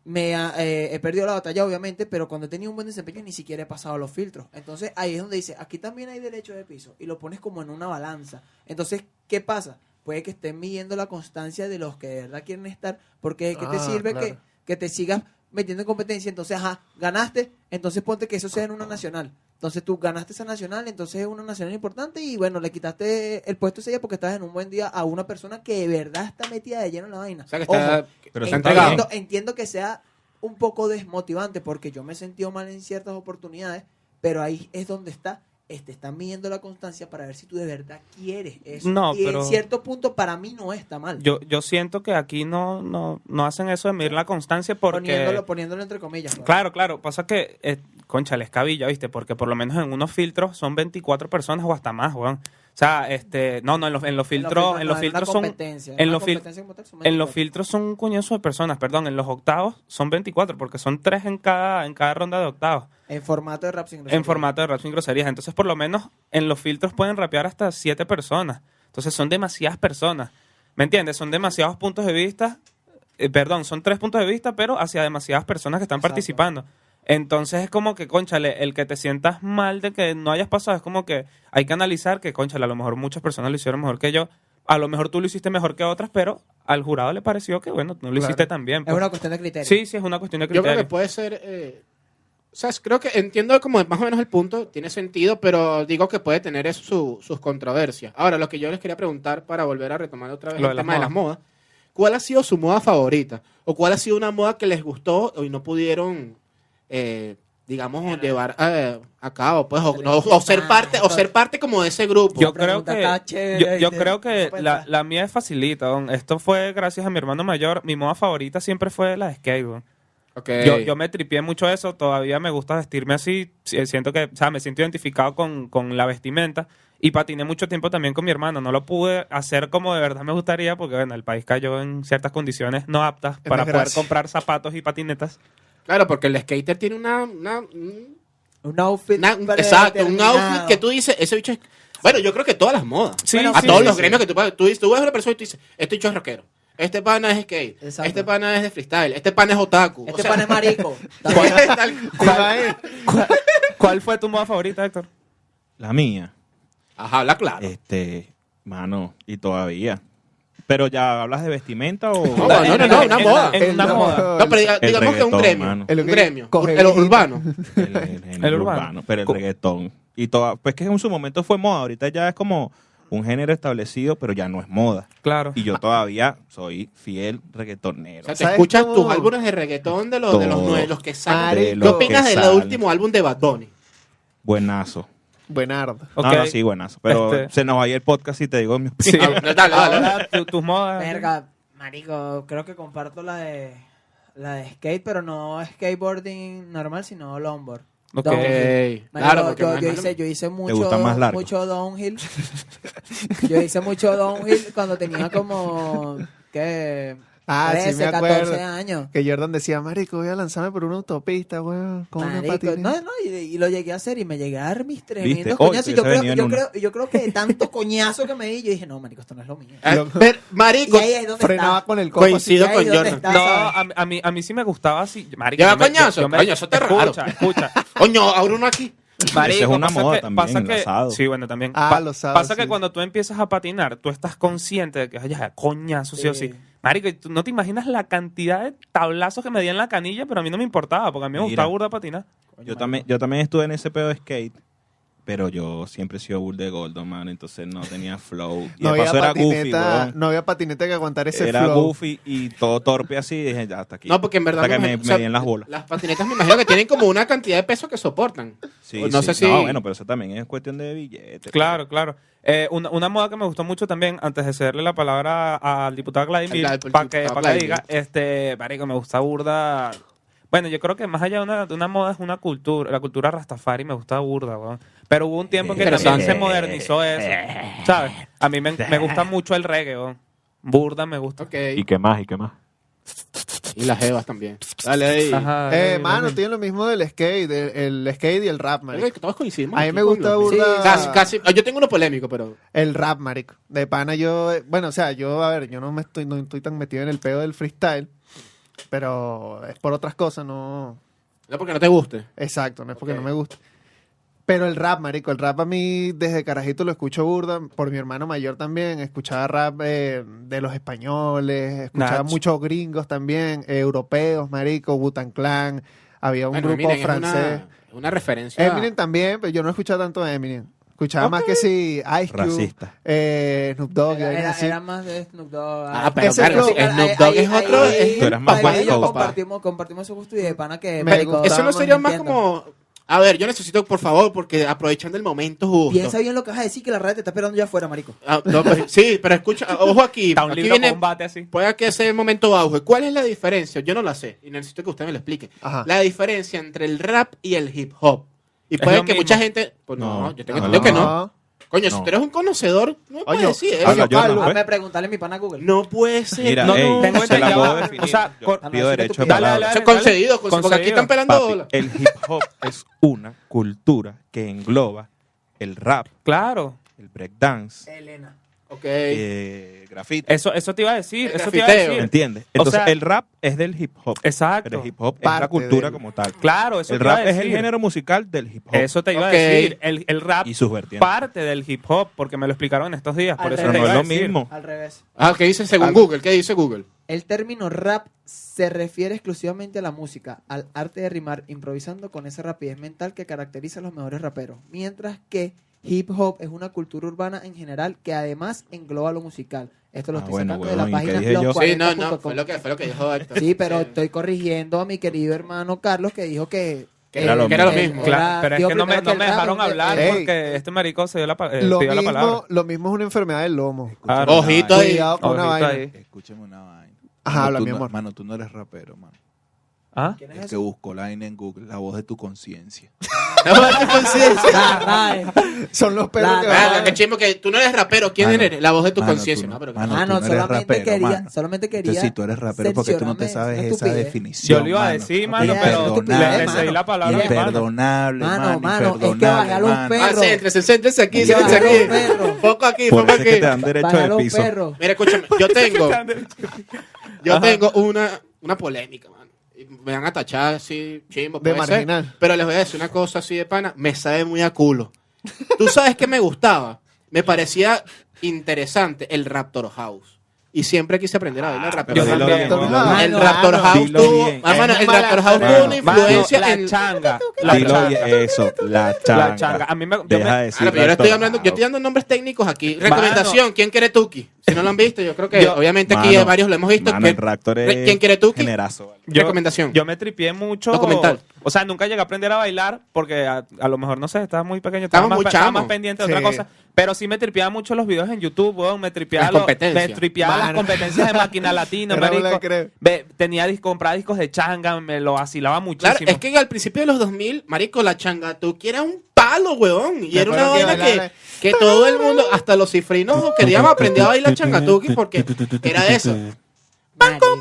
me ha- eh, he perdido la batalla, obviamente, pero cuando he tenido un buen desempeño ni siquiera he pasado los filtros. Entonces ahí es donde dice, aquí también hay derecho de piso y lo pones como en una balanza. Entonces, ¿qué pasa? Puede que estén midiendo la constancia de los que de verdad quieren estar, porque ¿de ¿qué te Ah, sirve claro. que, que te sigas metiendo en competencia? Entonces, ajá, ganaste, entonces ponte que eso sea en una nacional. Entonces tú ganaste esa nacional, entonces es una nacional importante y bueno, le quitaste el puesto ese día porque estabas en un buen día a una persona que de verdad está metida de lleno en la vaina. O sea, que Ojo, está. Pero está está entregado. Entiendo, entiendo que sea un poco desmotivante porque yo me he sentido mal en ciertas oportunidades, pero ahí es donde está. Este, están midiendo la constancia para ver si tú de verdad quieres eso. No, y pero- en cierto punto para mí no está mal. Yo, yo siento que aquí no, no, no hacen eso de medir la constancia porque... poniéndolo, poniéndolo entre comillas. pues. Claro, claro. Pasa que, eh, concha, les cabilla, ¿viste? Porque por lo menos en unos filtros son 24 personas o hasta más, weón. O sea, este... No, no, en los, en los filtros, en los no, filtros una son... competencia, en una los fil- competencia como tal son En los 24. filtros son un coñazo de personas, perdón. En los octavos son 24 porque son tres en cada, en cada ronda de octavos. En formato de rap sin grosería. en formato de rap sin groserías. Entonces, por lo menos en los filtros pueden rapear hasta siete personas. Entonces, son demasiadas personas. ¿Me entiendes? Son demasiados puntos de vista. eh, perdón, son tres puntos de vista, pero hacia demasiadas personas que están Exacto. participando. Entonces, es como que, conchale, el que te sientas mal de que no hayas pasado, es como que hay que analizar que, conchale, a lo mejor muchas personas lo hicieron mejor que yo. A lo mejor tú lo hiciste mejor que otras, pero al jurado le pareció que, bueno, no lo hiciste tan bien. Es pues. una cuestión de criterio. Sí, sí, es una cuestión de Yo creo criterio. que puede ser. eh, o sea, creo que entiendo como más o menos el punto, tiene sentido, pero digo que puede tener eso su- sus controversias. Ahora, lo que yo les quería preguntar para volver a retomar otra vez Lo el de las tema de las modas, ¿cuál ha sido su moda favorita? ¿O cuál ha sido una moda que les gustó y no pudieron, eh, digamos, llevar eh, a cabo? Pues, o, no, o ser parte, o ser parte como de ese grupo. Yo creo pregunta que, está yo, "Ah, chévere, yo ¿viste? creo que No puede la, entrar. la mía es facilita. don. Esto fue gracias a mi hermano mayor. Mi moda favorita siempre fue la de skate. don. Ok. Yo, yo me tripié mucho eso. Todavía me gusta vestirme así. Si- Siento que, o sea, me siento identificado con, con la vestimenta. Y patiné mucho tiempo también con mi hermano. No lo pude hacer como de verdad me gustaría porque, bueno, el país cayó en ciertas condiciones no aptas En para poder desgracia. comprar zapatos y patinetas. Claro, porque el skater tiene una- una- un- Un outfit. una- un- exacto, un outfit que tú dices, ese bicho es... Bueno, yo creo que todas las modas. Sí, Bueno, a sí, todos sí, los sí. gremios que tú pagas. Tú, dices- tú ves a una persona y tú dices, este bicho es rockero. Este pana es skate. Exacto. Este pana es de freestyle. Este pana es otaku. Este pan es marico. ¿Cuál es? ¿Cuál fue tu moda favorita, Héctor? La mía. Ajá, habla claro. Este, mano, y todavía. Pero ya hablas de vestimenta o. No, no, no, no, una En- moda. En, en una El- moda. No, pero diga- el digamos que un reggaetón, gremio. mano. Un El que gremio. coge el viejito. urbano. El, el género El urbano. urbano. Pero el Co- reggaetón. Y toda, pues que en su momento fue moda. Ahorita ya es como un género establecido, pero ya no es moda. Claro. Y yo todavía soy fiel O reggaetonero. sea, te ¿Sabes escuchas cómo? tus álbumes de reggaetón de los, de los Todo. nueve, los que salen. Madre, De ¿qué lo que ¿Qué opinas del sale. último álbum de Bad Bunny? Buenazo. Buenardo. Ok. No, no, sí, buenazo. Pero Este- se nos va a ir el podcast y te digo mi Sí. opinión. Ah, Dale, dale, dale. Ahora, Ah, tu- tus modas. Verga, marico, creo que comparto la de la de skate, pero no skateboarding normal, sino longboard. Ok. Downhill. Ok, Marico, Claro, porque yo, más- yo hice, yo hice mucho, gusta más largo? mucho downhill. yo hice mucho downhill cuando tenía como que Ah, sí, 13, me 14 acuerdo. años. Que Jordan decía, marico, voy a lanzarme por una autopista, weón, con una Marico, patineta. no, no, y, y lo llegué a hacer y me llegué a dar mis tremendos Hoy coñazos. Y yo hubiese creo, venido en yo, una. creo, yo creo que de tanto coñazo que me di, yo dije, no, marico, esto no es lo mío. Ah, pero, Y marico, ahí es donde Frenaba está. con el coco. así. coincido ahí con donde Jordan. está, No, ¿sabes? a, mí- a mí, a mí sí me gustaba así. Marico, Lleva yo me- coñazo, yo me- coño, eso está raro. Escucha, escucha. Coño, ahora uno aquí. Esa es una pasa moda que- también, pasa el que- asado. Sí, bueno, también. Ah, Pa- los asados, pasa que sí. cuando tú empiezas a patinar, tú estás consciente de que, oye, coñazo, sí, o Sí. sí. Marico, y tú no te imaginas la cantidad de tablazos que me di en la canilla, pero a mí no me importaba, porque a mí me Mira. gustaba burda patinar. Yo también, yo también estuve en ese pedo de skate, Pero yo siempre he sido bull de Goldo, mano, entonces no tenía flow. Y No de había, paso era goofy, patineta, weón. no había patineta que aguantar ese Era flow. goofy y todo torpe así. Y dije, ya, hasta aquí. No, porque en verdad. Hasta que me me, imagino- o sea, me dieron las bolas. Las patinetas me imagino que tienen como una cantidad de peso que soportan. Sí, no sí. sé si- No, bueno, pero eso también es cuestión de billetes. Claro, claro. Eh, una, una moda que me gustó mucho también, antes de cederle la palabra a- al diputado Vladimir, Al- al para que, diputado pa' que diga, Vladimir. este, marico, me gusta burda. Bueno, yo creo que más allá de una, de una moda es una cultura. La cultura rastafari me gusta burda, weón. Pero hubo un tiempo que Pero también son- se modernizó eso. ¿Sabes? A mí me, me gusta mucho el reggae, weón. Burda me gusta. Ok. ¿Y Y, qué más? ¿Y qué más? las jevas también. Pues, Dale ahí. Ajá, Eh, dale, mano, dale. tiene lo mismo del skate, el, el skate y el rap, Creo marico. que todos coincidimos. A mí aquí me con gusta los- burda- Sí, Casi, casi. ah, Yo tengo uno polémico, pero. El rap, marico. De pana yo, eh, bueno, o sea, yo, a ver, yo no me estoy, no estoy tan metido en el pedo del freestyle, pero es por otras cosas, no, No porque no te guste. Exacto, no es porque Ok. no me gusta. Pero el rap, marico, el rap a mí desde carajito lo escucho burda, por mi hermano mayor también, escuchaba rap eh, de los españoles, escuchaba Nacho. muchos gringos también, eh, europeos, marico, Butan Clan, había un Bueno, grupo Eminem es una- francés. Eh, es Una, referencia. Eminem también, pero yo no escuchaba tanto a Eminem. Escuchaba más que si Ice Cube, Racista. eh, Snoop Dogg, y Era, vainas era- así. era más de Snoop Dogg. Ah, pero Ese claro, flow- si Snoop Dogg es otro. es- Tú eras más Ahí West ellos Coast, pa. compartimos, compartimos su gusto y de pana que. Me marico, gusta. Eso no estábamos sería más mintiendo. como. A ver, yo necesito, por favor, porque aprovechando el momento justo. Piensa bien lo que vas a decir que la red te está esperando ya afuera, marico. Ah, no, pero- sí, pero escucha, ah, ojo aquí. Está un aquí lindo viene- combate así. puede que sea el momento auge. ¿Cuál es la diferencia? Yo no la sé y necesito que usted me lo explique. Ajá. La diferencia entre el rap y el hip hop. Y Es puede lo que mismo. mucha gente. Pues no, No, yo tengo no, entendido que no. No. Coño, si No. tú eres un conocedor, no puedes Coño, decir eso. habla Jordan, Pablo. pues. Hazme Ah, preguntarle a mi pana a Google. No puede ser. Mira, eh, no, ey, no. tengo se la entendido. puedo O definir. sea, Yo cor- pido Dale, derecho de dale, palabra. Eso es concedido, concedido, porque aquí Concedido. están pelando Papi, bola. el hip hop es una cultura que engloba el rap, Claro. el breakdance, Elena. Ok. eh, graffiti. Eso, eso te iba a decir. El Eso te iba a grafiteo. decir. ¿Entiendes? Entonces, sea- el rap es del hip hop. Exacto. El hip hop es Parte la cultura del- como tal. Claro, eso el te iba a rap es el decir. género musical del hip hop. Eso te iba Ok. a decir. El, el rap y sus vertientes. parte del hip hop, porque me lo explicaron en estos días. Por Al eso Pero te no iba es a lo decir. mismo. Al revés. Ah, ¿qué dice según Ah. Google? ¿Qué dice Google? El término rap se refiere exclusivamente a la música, al arte de rimar, improvisando con esa rapidez mental que caracteriza a los mejores raperos. Mientras que hip hop es una cultura urbana en general que además engloba lo musical. Esto lo Ah, estoy bueno, sacando huevón, de ¿y la qué página dije yo? Sí, no, no, 40.com. fue lo que, fue lo que dijo Héctor. Sí, pero estoy corrigiendo a mi querido hermano Carlos que dijo que... Que era lo que mismo. el- Claro, era- pero es digo que no me, primero no el me rap, dejaron eh, hablar Ey. porque este marico se dio la, pa- eh, Lo, pidió la mismo, palabra. lo mismo es una enfermedad del lomo. Claro. Ojito ahí. Cuidado con una Ojito vaina. ahí. Escúchame una vaina. Ajá, Mano, habla, tú mi no- amor. Mano, tú no eres rapero, mano. ¿Ah? ¿Quién es El ese? Eh, que buscó la vaina en Google, la voz de tu conciencia. Ah, vale. Son los perros La- que van a- Ah, Claro, qué chimbo que tú Ah, no eres rapero. ¿Quién Mano, eres? La voz de tu mano, conciencia. tú No, pero mano, no. Ah, tú no, no eres solamente rapero, quería, mano. solamente quería. Entonces, si tú eres rapero, porque tú no te sabes cerciorarme, es una esa estupidez. definición. Yo lo iba a mano. decir, mano, mano, pero tú- Imperdonable, le le cedí mano. la palabra a mi mano. Imperdonable, Mano, mano. mano, es que imperdonable, bajar los mano. perros. Ah, céntrese, céntrese aquí, Sí, céntrese bájalo, aquí. perro. Poco aquí, Por poco eso es que aquí. te dan derecho Para de los piso. perros. Mira, escúchame, yo tengo, yo Ajá. tengo una, una polémica, mano. Y Me van a tachar así, chimbo. De puede ser. marginal. Pero les voy a decir una cosa así de pana. Me sabe muy a culo. Tú sabes que me gustaba. Me parecía interesante el Raptor House. Y siempre quise aprender a bailar Raptor Pero Yo House. dilo también. bien, Raptor Mano, mano. House. El Raptor dilo House Dilo tuvo, bien. ah, mano, Es el mala Raptor House actor. tuvo una Mano, influencia la en changa. bien. La Dilo changa. bien, eso, la changa. La changa. A mí me, yo me- Deja de decir Ahora, pero yo le Raptor estoy hablando, yo estoy dando nombres técnicos aquí. Recomendación, ¿quién quiere Tuki? Si no lo han visto, yo creo que Yo- obviamente aquí Mano, varios lo hemos visto. Mano, que- el Raptor Re- es ¿Quién quiere Tuki? generazo, vale. Yo- Recomendación. Yo me tripié mucho. Documental. O sea, nunca llegué a aprender a bailar porque a, a lo mejor, no sé, estaba muy pequeño. Estaba, Estábamos más, muy estaba chamos. más pendiente de Sí. otra cosa. Pero sí me tripeaba mucho los videos en YouTube, weón. Me tripeaba, Las lo- competencias. me tripeaba las Mano. competencias de máquina latina, Era una marico. cre- Ve, tenía dis- compraba discos de changa, me lo vacilaba muchísimo. Claro, es que al principio de los 2000, marico, la changa Tuki era un palo, weón. Y Me era una acuerdo que vaina que, bailaba- que todo el mundo, hasta los cifrinos, querían aprender a bailar changa Tuki porque era eso. Pan con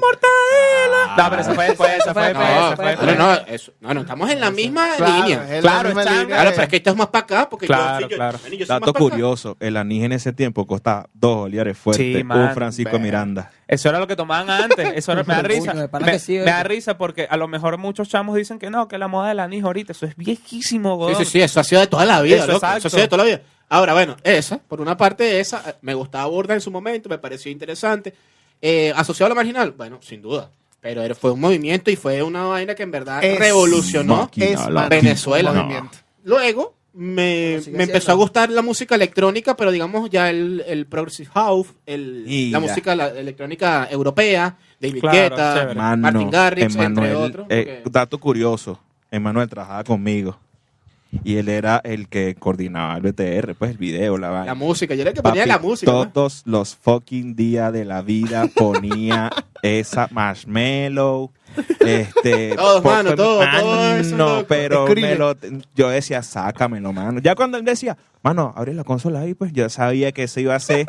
No, pero eso Ah, fue después, eso fue después, No, eso fue no, después. no, eso- no, no, estamos en la misma Claro, línea. es la Claro, misma es changa. línea Claro, de- pero es que esto es más para acá porque Claro, yo, soy- yo, claro. bueno, yo soy más Dato pa' acá. curioso, el anís en ese tiempo costaba dos bolívares fuertes, Sí, man. un Francisco Verga. Miranda. Eso era lo que tomaban antes. Eso era- me da Coño, risa. de pana Me, que sí, me ¿viste? da risa porque a lo mejor muchos chamos dicen que no, que la moda del anís ahorita. Eso es viejísimo, Sí, weón. sí, sí, eso ha sido de toda la vida, Eso, loco, eso, exacto. ha sido de toda la vida. Ahora, bueno, esa, por una parte esa, eh, me gustaba Borda en su momento, me pareció interesante. Eh, ¿Asociado a la marginal? Bueno, sin duda. Pero era- fue un movimiento y fue una vaina que en verdad Es- revolucionó. Máquina Es latina. Venezuela. movimiento. Luego, me, Bueno, sigue me empezó siendo. a gustar la música electrónica, pero digamos ya el, el Progressive House, el- Y la ya. música la- electrónica europea, David Claro, Guetta, chévere. Mano, Martin Garrix, entre Emanuel, otros. eh, porque- dato curioso, Emanuel trabajaba conmigo y él era el que coordinaba el BTR, pues el video, la vaina. la música, yo era el que ponía Papi, la música. pues. ¿no? Todos los fucking días de la vida ponía esa marshmallow. Este, Todos, po- mano, po- todo, mano, todo eso, loco. pero Escribe. me lo- yo decía, sácamelo, mano. Ya cuando él decía, mano, abre la consola ahí, pues yo sabía que se iba a hacer.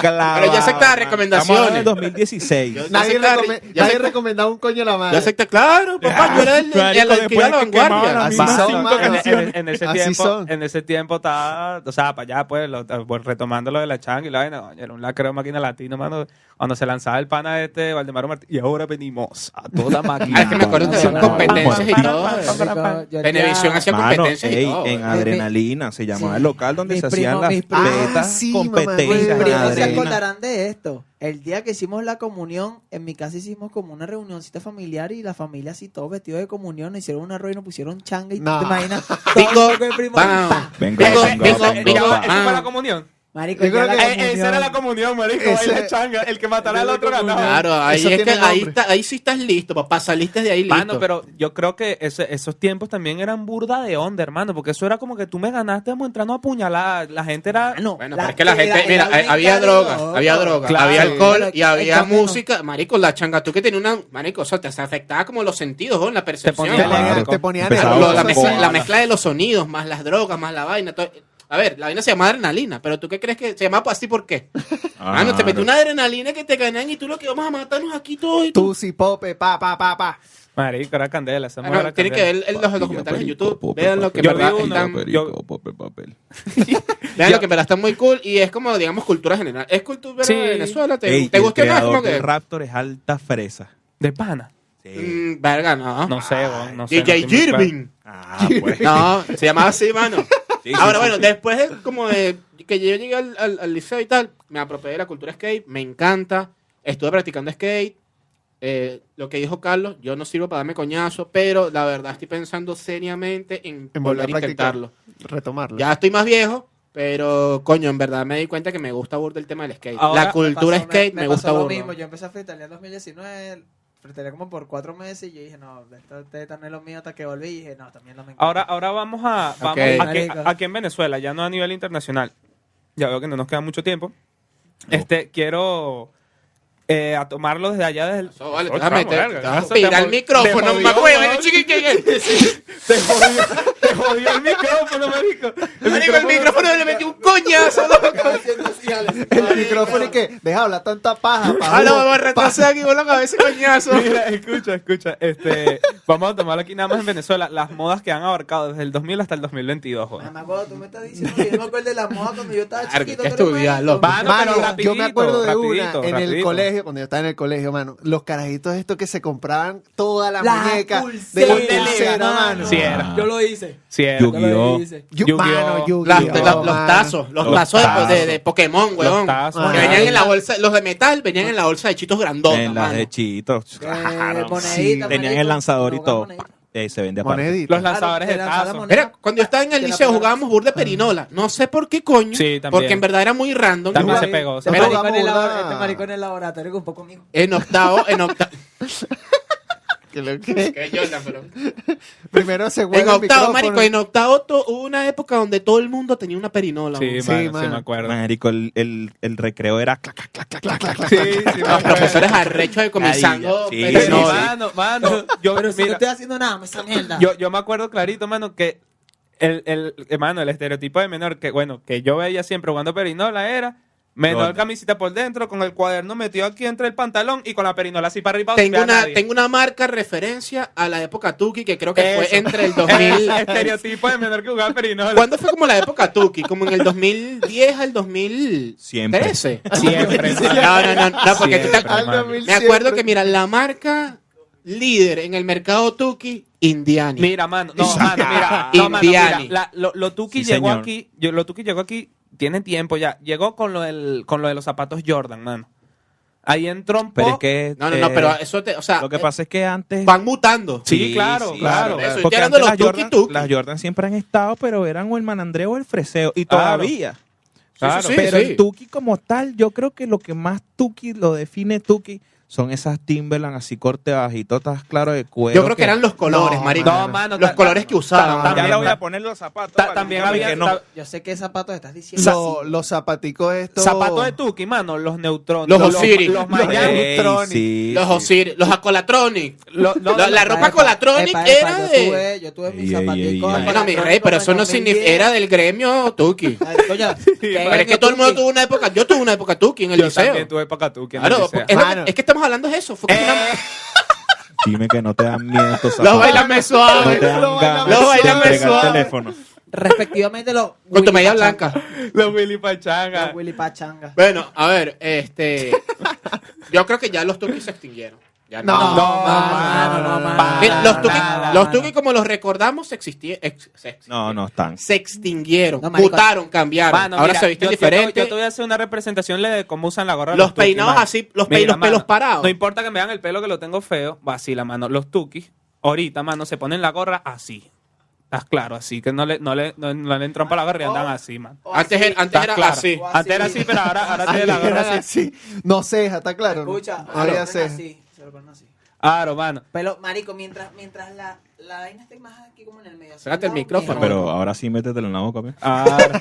clavado, Pero ya aceptaba mano. Estamos hablando recomendaciones. del 2016. Yo- Nadie, Ya acepta- recome- ya nadie acepta- recomendaba un coño a la Yo madre. acepté, claro, papá, yo era el, el, Marico, el que iba a la después de que quemaban vanguardia. las Así mismas son, cinco mano. En, canciones. en- en ese Así tiempo, son. en ese tiempo estaba, o sea, para allá, pues, lo- pues, retomando lo de la changa y la vaina, coño, era un lacreo máquina latino, mano, cuando se lanzaba el pana este, Valdemar Martínez, y ahora venimos a toda máquina. Ah, es que me acuerdo que hacían No, competencias y no, todo. no, no, no, Televisión hacía Mano, competencias y ey, todo. eh. en güey. adrenalina se llamaba Sí. el local donde Mis se primos- hacían las mis primos- Ah, betas sí, mamá, Mis competencias. güey, en primos Pues, se adrenalina. acordarán de esto. El día que hicimos la comunión, en mi casa hicimos como una reunioncita familiar y la familia así, todos vestidos de comunión, nos hicieron un arroz y nos pusieron changa y No. te imaginas. Bingo. Todo que el primo- Bam. ¡pa! Vengo, Vengo, vengo, vengo, vengo, vengo. va. ¿Eso fue la comunión? Ah. Marico, Yo ya creo la que- Eh, comunión. esa era la comunión, marico, Ese- baila changa, el que matará al otro ganaba. Claro, ahí Eso es que tiene ahí, nombre. está- ahí sí estás listo, papá, saliste de ahí Ah, listo. Mano, pero yo creo que ese- esos tiempos también eran burda de onda, hermano, porque eso era como que tú me ganaste, vamos entrando a apuñalar. La gente era. Mano, Bueno, pero es que la gente, era- era mira, eh, bien había cabrón, drogas, loco. había drogas, Claro. había alcohol y Pero había echando- música. Marico, la changa, tú que tenía una, marico, o sea, te afectaba como los sentidos, ¿no? la percepción. ponía- Te le- Claro. te ponían Empezaba Lo- la, con mezcla, bola. la mezcla de los sonidos, más las drogas, más la vaina. todo- A ver, la vaina se llama adrenalina, pero ¿tú qué crees que se llama así por qué? Ah, no, te metió una adrenalina que te ganan y tú lo que vamos a matarnos aquí todos y tú. Tú sí, pope, pa, pa, pa, pa. Marico, era candela. Esa Ah, mujer no, era tiene que candela. ver el- los documentales en YouTube. Vean lo que en Yo verdad vi uno, están- yo- papel, papel. Vean lo que en verdad está muy cool y es como, digamos, cultura general. Es cultura Sí. de Venezuela, te, Ey, te el gusta o no, es creador como que. de eh. Raptor es alta fresa. De pana. Mm, verga, no. No sé, weón, no sé. DJ no estoy muy Jirving. Ah, pues. No, se llamaba así, mano. Sí, sí, Ahora, sí, bueno, sí. después de como de que yo llegué al, al- al liceo y tal, me apropié de la cultura skate, me encanta, estuve practicando skate. eh, lo que dijo Carlos, yo no sirvo para darme coñazo, pero la verdad estoy pensando seriamente en, En volver a practicar. intentarlo. Retomarlo. Ya estoy más viejo, pero coño, en verdad me di cuenta que me gusta burda el tema del skate. Ahora la me cultura pasó- skate me, me gusta pasó lo burda. mismo. Yo empecé a freestylear en 2019, freestyleé como por cuatro meses y yo dije, no, esto, este, esto no es lo mío hasta que volví y dije, no, también no me encanta. Ahora, ahora vamos a. Vamos Ok. a que- Marico. a- aquí en Venezuela, ya no a nivel internacional. Ya veo que no nos queda mucho tiempo. Este, quiero. eh, a tomarlo desde allá desde el. Eso, vale, Oye, déjame, chamo, te- verga, te vas a eso pirar te el jod- micrófono, te mamá, jodió, huevo, ¿no? chiqui, que- que- Te jodió, te jodió el micrófono, marico. El Marico, el micrófono le metió un coñazo. loco. El micrófono y que, deja hablar tanta paja. Ah, no, me voy pa- a retrasar aquí con la cabeza, coñazo. Mira, escucha, escucha. Este, vamos a tomar aquí nada más en Venezuela las modas que han abarcado desde el 2000 hasta el 2022. joder. Mamá, cuando tú me estás diciendo que yo me acuerdo de la moda cuando yo estaba Claro, chiquito. que tú eres estudiarlo. marico. Mano, Mano, Ah, pero yo me rapidito, acuerdo de rapidito, una en el rapidito. colegio, cuando yo estaba en el colegio, mano. Los carajitos estos que se compraban toda la, La muñeca pulsera, de la pulsera, mano. Sí era. Yo lo hice. Sí, era. Yo lo hice. Yu- Yu-Gi-Oh. mano, Yu-Gi-Oh, Las- la- mano. oh, los tazos, los, Los tazos, de- tazos. De, de Pokémon, weón. tazos, que mano. venían en la bolsa, los de metal venían en la bolsa de chitos grandotas, en las mano. de chitos. Eh, Claro. monedita, Sí, tenían monedita, el lanzador y colocaba todo. monedita. Pa, eh, se vende aparte. Monedita. Los lanzadores de Claro, te lanzaba la tazo. moneda. Mira, cuando yo estaba en el Que la liceo pegabas. jugábamos Ah. burda de perinola. No sé por qué coño. Sí, también. Porque en verdad era muy random. También Yo se jugaba- pegó, se Este Mira, maricón en el Jugamos labora- una- este maricón en el laboratorio con poco mío. En octavo, en octavo. Que lo que- en Primero se huele el octavo, micrófono. marico, en octavo to- hubo una época donde todo el mundo tenía una perinola. Sí, weón. Sí, mano, sí, mano. me acuerdo. Marico, el, el, el recreo era clac, clac, clac, clac, clac, clac, clac. Sí, sí, me Los acuerdo. profesores arrechos de comenzando. Sí, perinola. Pero, no, sí. mano, mano, yo, Pero si no mira, estoy haciendo nada, esa mierda. yo, yo me acuerdo clarito, mano, que el, el, hermano, el estereotipo de menor que, bueno, que yo veía siempre jugando perinola era menor ¿Dónde? camisita por dentro, con el cuaderno metido aquí entre el pantalón y con la perinola así para arriba. tengo vea a una, nadie. tengo una marca referencia a la época Tuki que creo que Eso. fue entre el El 2000. estereotipo de menor que jugaba perinola. ¿Cuándo fue como la época Tuki? Como en el 2010 al 2013. Siempre. Siempre. No, no, no, no, porque tú te- Siempre, Al mano. 2000 me acuerdo siempre. que mira la marca líder en el mercado Tuki Indiani. Mira, mano, no, mano, mira, no, mano, mira, Indiani. la- lo, lo Tuki Sí, llegó señor. aquí, yo- lo Tuki llegó aquí, tiene tiempo ya, llegó con lo del, con lo de los zapatos Jordan, mano. Ahí entró un Pero po- es que. Oh. No, no, no, eh, pero eso te. O sea, eh, Lo que pasa es que antes. van mutando. Sí, claro, claro. Eso, estoy Porque hablando de antes las, los tuki Jordan, tuki. las Jordan siempre han estado, pero eran o el manandreo o el freseo. Y Claro. todavía. Claro. Sí, sí, sí. pero el Tuki como tal, yo creo que lo que más Tuki lo define Tuki son esas Timberland así corte bajitotas, claro, de cuero. Yo creo que eran los colores, No, marico. mano. mano, los ta- colores que usaban. ta- Ya también- le voy a poner los zapatos. ta- para también que había- que no. ta- Yo sé qué zapatos estás diciendo. Lo- los zapaticos estos. Zapatos de Tuki, mano, los neutrones. Los los, Osiris. los Miami. Ey, Electronic. sí, Los sí. Osiris, los Acolatronic. Lo- lo- la, la Epa, ropa epa, Acolatronic epa, epa, era yo de. tuve- Yo tuve mis Ey, ey, ey, zapaticos. ey. Bueno, mi rey, Acolatronic pero eso en no 2010. significa. Era del gremio Tuki. Ay, coño, Pero es que todo el mundo tuvo una época. Yo tuve una época Tuki en el Yo liceo. también tuve época Tuki. en el Claro, liceo. es, lo que- Mano. es que estamos hablando de eso. Fue como una- Dime que no te dan miedo estos Los zapatos. bailame No suave. te dan Los ganas bailame suave. Los de entregar el bailame teléfono. Respectivamente los. Con tu Willy media Pachanga, blanca. Los Willy Pachanga. los Willy Pachanga. Bueno, a ver, este. Yo creo que ya los Tuki se extinguieron. Ya No, no, Ah, mano, no, mano. Mira, los tuki, Nada, los mano. tuki como los recordamos, se, existi- ex- se ex- No, no están. se extinguieron, No, marico. mutaron, cambiaron. Mano, Ahora mira, se visten yo- yo te voy- diferente. Yo, te voy a hacer una representación de cómo usan la gorra. de Los Tuki, peinados mano. así, los pe- los pelos mano, parados. No importa que me vean el pelo que lo tengo feo, va así la mano. Los tukis, ahorita, mano, se ponen la gorra así. Estás claro, así que no le, no le, no, no le entran para la gorra y Oh. andan así, man. antes era, antes Estás era claro. así. O Antes era así, pero ahora, ahora tiene la Antes gorra eran así. así. No ceja, está claro. ¿no? Escucha, No había se lo ponen ceja. así, se lo ponen así. Claro, mano. Pero, marico, mientras, mientras la, la vaina esté más aquí como en el medio. así, Sácate el no, micrófono. mejor. Pero ahora sí métetelo en la boca, pe. Claro. Ah,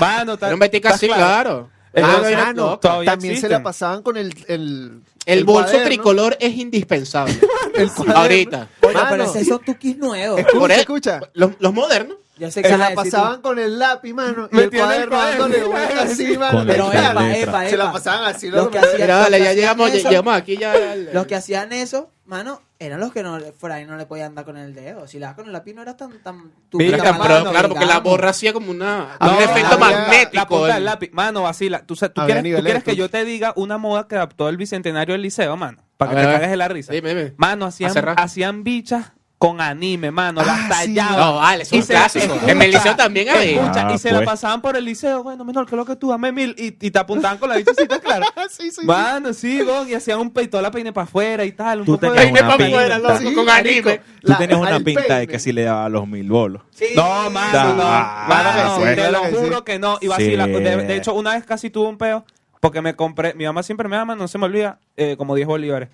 mano, está- Era un Betica estás así, claro. Ah, Entonces, ah, no, todavía También se existen. la pasaban con el. El, El, bolso cuaderno, tricolor es indispensable. el cuaderno. Ahorita. Coño, Mano. pero esos son tukis nuevos. Escucha, eso- escucha. Los, los modernos. Yo sé que Se vas a la decir tú. pasaban con el lápiz, mano. Y el Metiendo el cuaderno dándole cuaderno. vuelta así, mano. Con la Pero, letra. epa, epa, epa. Se la pasaban así, Los loco. que hacían, Mira, los vale, que ya hacían llegamos, eso- llegamos aquí ya. al- Los que hacían eso, mano, eran los que no, por ahí no le podían dar con el dedo. Si le das con el lápiz no era tan... tan tu Mira, tan Claro, Mira, malo, claro, porque la digamos. borra hacía como una, No, un efecto había- La magnético. punta del el- lápiz. Mano, vacila. Tú, sa- tú Había quieres, tú niveles de quieres que truco. yo te diga una moda que adaptó el bicentenario del liceo, mano. Para que A ver, te a ver. cagues de la risa. Dime, dime. Mano, hacían, A cerrar. hacían bichas con anime, mano. Las Ah, sí. tallaban. No, vale, es Y un se- clásico. escucha, En el liceo también había. escucha, Ah, y se la pues. pasaban por el liceo. Bueno, menor, que lo que tú, dame mil. Y, y te apuntaban con la bichacita, claro. Sí, sí. Mano, sí, weón, y hacían un peito la peine para afuera y tal. Un Tú poco de- tenías Peine una pa' pinta. afuera, loco, Sí, con marico. anime. Tú La- tenías una al pinta de peine. que si le daba los mil bolos. No, mano, Da- no. Ah, Mano, claro no, que sí, te claro lo que juro sí. que no. Y vacila. Sí. De, de hecho, una vez casi tuve un peo porque me compré. Mi mamá siempre me ama, no se me olvida, eh, como 10 bolívares.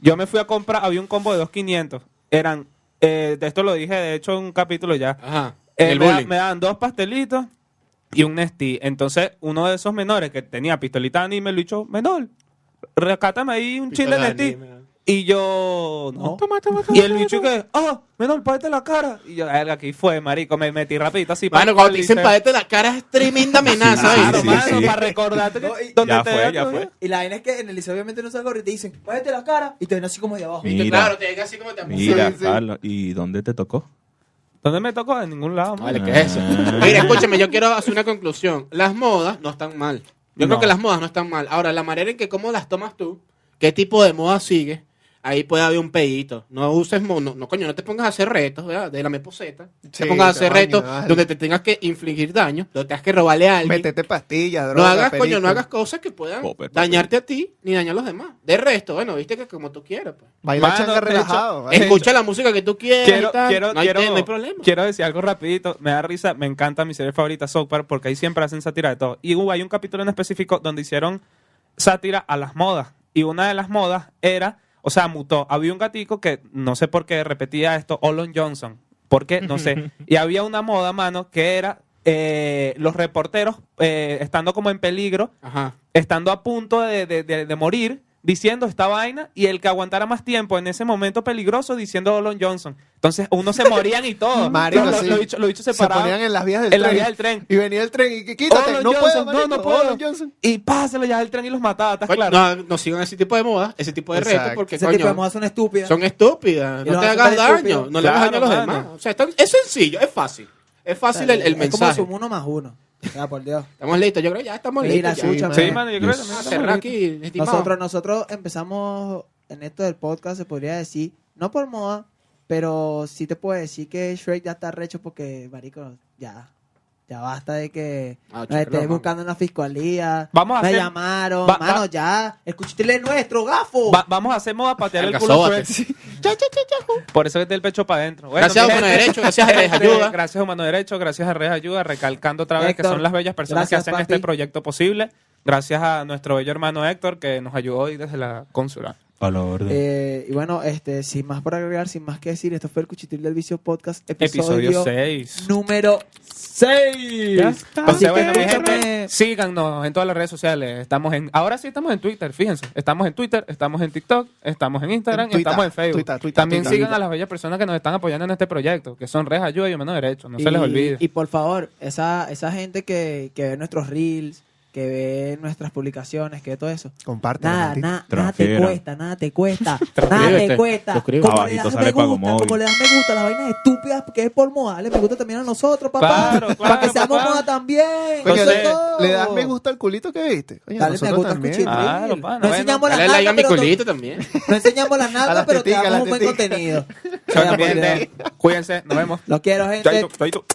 Yo me fui a comprar, había un combo de 2.500. Eran, eh, de esto lo dije, de hecho, en un capítulo ya. Ah, Ajá. Eh, el me, da- bullying. me daban dos pastelitos y un Nestí. Entonces, uno de esos menores que tenía pistolita de anime, lo dicho, menor, rescátame ahí un chile de Pistola de Nestí. anime. Y yo, no. Y el bicho que, ah, menor, págate la cara. Y yo, verga, aquí fue, marico, me metí rapidito así. pa- Mano, cuando pa- te dicen liceo. padete la cara es tremenda amenaza. Sí, ¿oíste? Claro, sí, mano, sí. para recordarte que No, y- donde Ya te fue, vean ya todavía. fue. Y la vaina es que en el liceo obviamente no salgo y te dicen, bájate la cara y te ven así como de abajo. Mira, Claro, te llega así como te mira, Sí, sí. Carlos, ¿y dónde te tocó? ¿Dónde me tocó? En ningún lado, mano. Vale, ¿qué es eso? Mira, escúchame, yo quiero hacer una conclusión. Las modas no están mal. Yo creo No. que las modas no están mal. Ahora, la manera en que cómo las tomas tú, qué tipo de moda sigues, ahí puede haber un pedito. No uses, mo- no, no, coño, no te pongas a hacer retos, ¿verdad? De la meposeta. No te Sí, pongas a hacer coño, retos vale. donde te tengas que infligir daño, donde tengas que robarle a alguien. Métete pastillas, No droga. hagas, perico. coño, no hagas cosas que puedan Popper, dañarte a ti ni dañar a los demás. De resto, bueno, viste que como tú quieras, pues. Baila Mano, changa de hecho, relajado. ¿vale? Escucha la música que tú quieras Quiero, y tal. quiero, no, hay, quiero, no hay problema. quiero decir algo rapidito. Me da risa, me encanta mi serie favorita, South Park, porque ahí siempre hacen sátira de todo. Y hubo, hay un capítulo en específico donde hicieron sátira a las modas. Y una de las modas era, o sea, mutó. Había un gatico que no sé por qué repetía esto, Olon Johnson. ¿Por qué? No sé. Y había una moda, mano, que era eh, los reporteros eh, estando como en peligro Ajá. estando a punto de, de- de- de morir, diciendo esta vaina, y el que aguantara más tiempo en ese momento peligroso diciendo Olon Johnson. Entonces, unos se morían y todo. Marico, los, los- sí. los bichos- los bichos se Se paraban. ponían en las vías del en tren. la vía del tren. Y venía el tren y que quítate. Olon no, puedo, Johnson, no, no marico, puedo. Olon Johnson. Y pásalo ya al tren y los mataba, ¿estás claro? No, no sigan ese tipo de modas, ese tipo de Exacto. retos, porque Ese coño, tipo de modas son estúpidas. son estúpidas. Y No los te hacen hagas tan daño, estúpidos. no le hagas daño a los Claro, demás. mano. O sea, es tan- es sencillo, es fácil. Es fácil el, el es como mensaje. sumo uno más uno. Ya, por Dios. Estamos listos, yo creo que ya estamos Mira, la listos. ya. sucha, Sí, sí, mano. mano, yo creo que Dios. también Vamos a estamos cerrar listos. aquí, este estimado. Nosotros, nosotros empezamos en esto del podcast, se podría decir, no por moda, pero sí te puedo decir que Shrek ya está recho porque, marico, ya. ya basta de que Ah, nos chúpalo, estés mano. buscando en la fiscalía. Vamos a me hacer- llamaron, va- mano, va- ya. Escúchale nuestro, gafo. Va- vamos a hacer moda patear el culo. Alcazóbate. Sí. Cha, cha, cha, cha, ju. Por eso que está el pecho para adentro. Bueno, pues. Gracias a mi Humano gente, Derecho, gracias a Redes este, Ayuda. Gracias a Humano Derecho, gracias a Redes Ayuda, recalcando otra vez que Héctor, son las bellas personas gracias, que hacen papi. este proyecto posible. Gracias a nuestro bello hermano Héctor que nos ayudó hoy desde la cónsula. A la orden. Eh, y bueno, este, sin más por agregar, sin más que decir, esto fue el Cuchitril del Vicio Podcast, episodio, Episodio 6. número 6. Así Entonces, Pues bueno, que mi gente, búscame- síganos en todas las redes sociales. Estamos en, ahora sí estamos en Twitter, fíjense. Estamos en Twitter, estamos en TikTok, estamos en Instagram En y estamos Twitter, en Facebook. Twitter, Twitter, También Twitter. sigan a las bellas personas que nos están apoyando en este proyecto, que son Redes Ayuda y Humano Derecho. No se les Y- olvide. Y por favor, esa, esa gente que, que ve nuestros reels, que ve nuestras publicaciones, que ve todo eso. Comparte. Nada, maldito. nada, nada te Trajera. cuesta, nada te cuesta, nada te este, Suscríbete, cuesta. suscríbete. Como le Abajito das sale me Pago gusta, como Móvil. le das me gusta, a las vainas estúpidas que es por moda, dale me gusta también a nosotros, papá. Claro, para que claro, seamos papá. moda también. Coño, eso es le, todo. le das me gusta al culito que viste. Coño, Dale me nosotros gusta al también. cuchitril. Claro, no pana, bueno. enseñamos las Dale like a mi nalgas, pero culito también. te- no enseñamos las A nalgas, las pero te teticas, damos a un las buen teticas. contenido. Chao, Venga, mi pues, gente. Cuídense, nos vemos. Los quiero, gente. Chaito, chaito.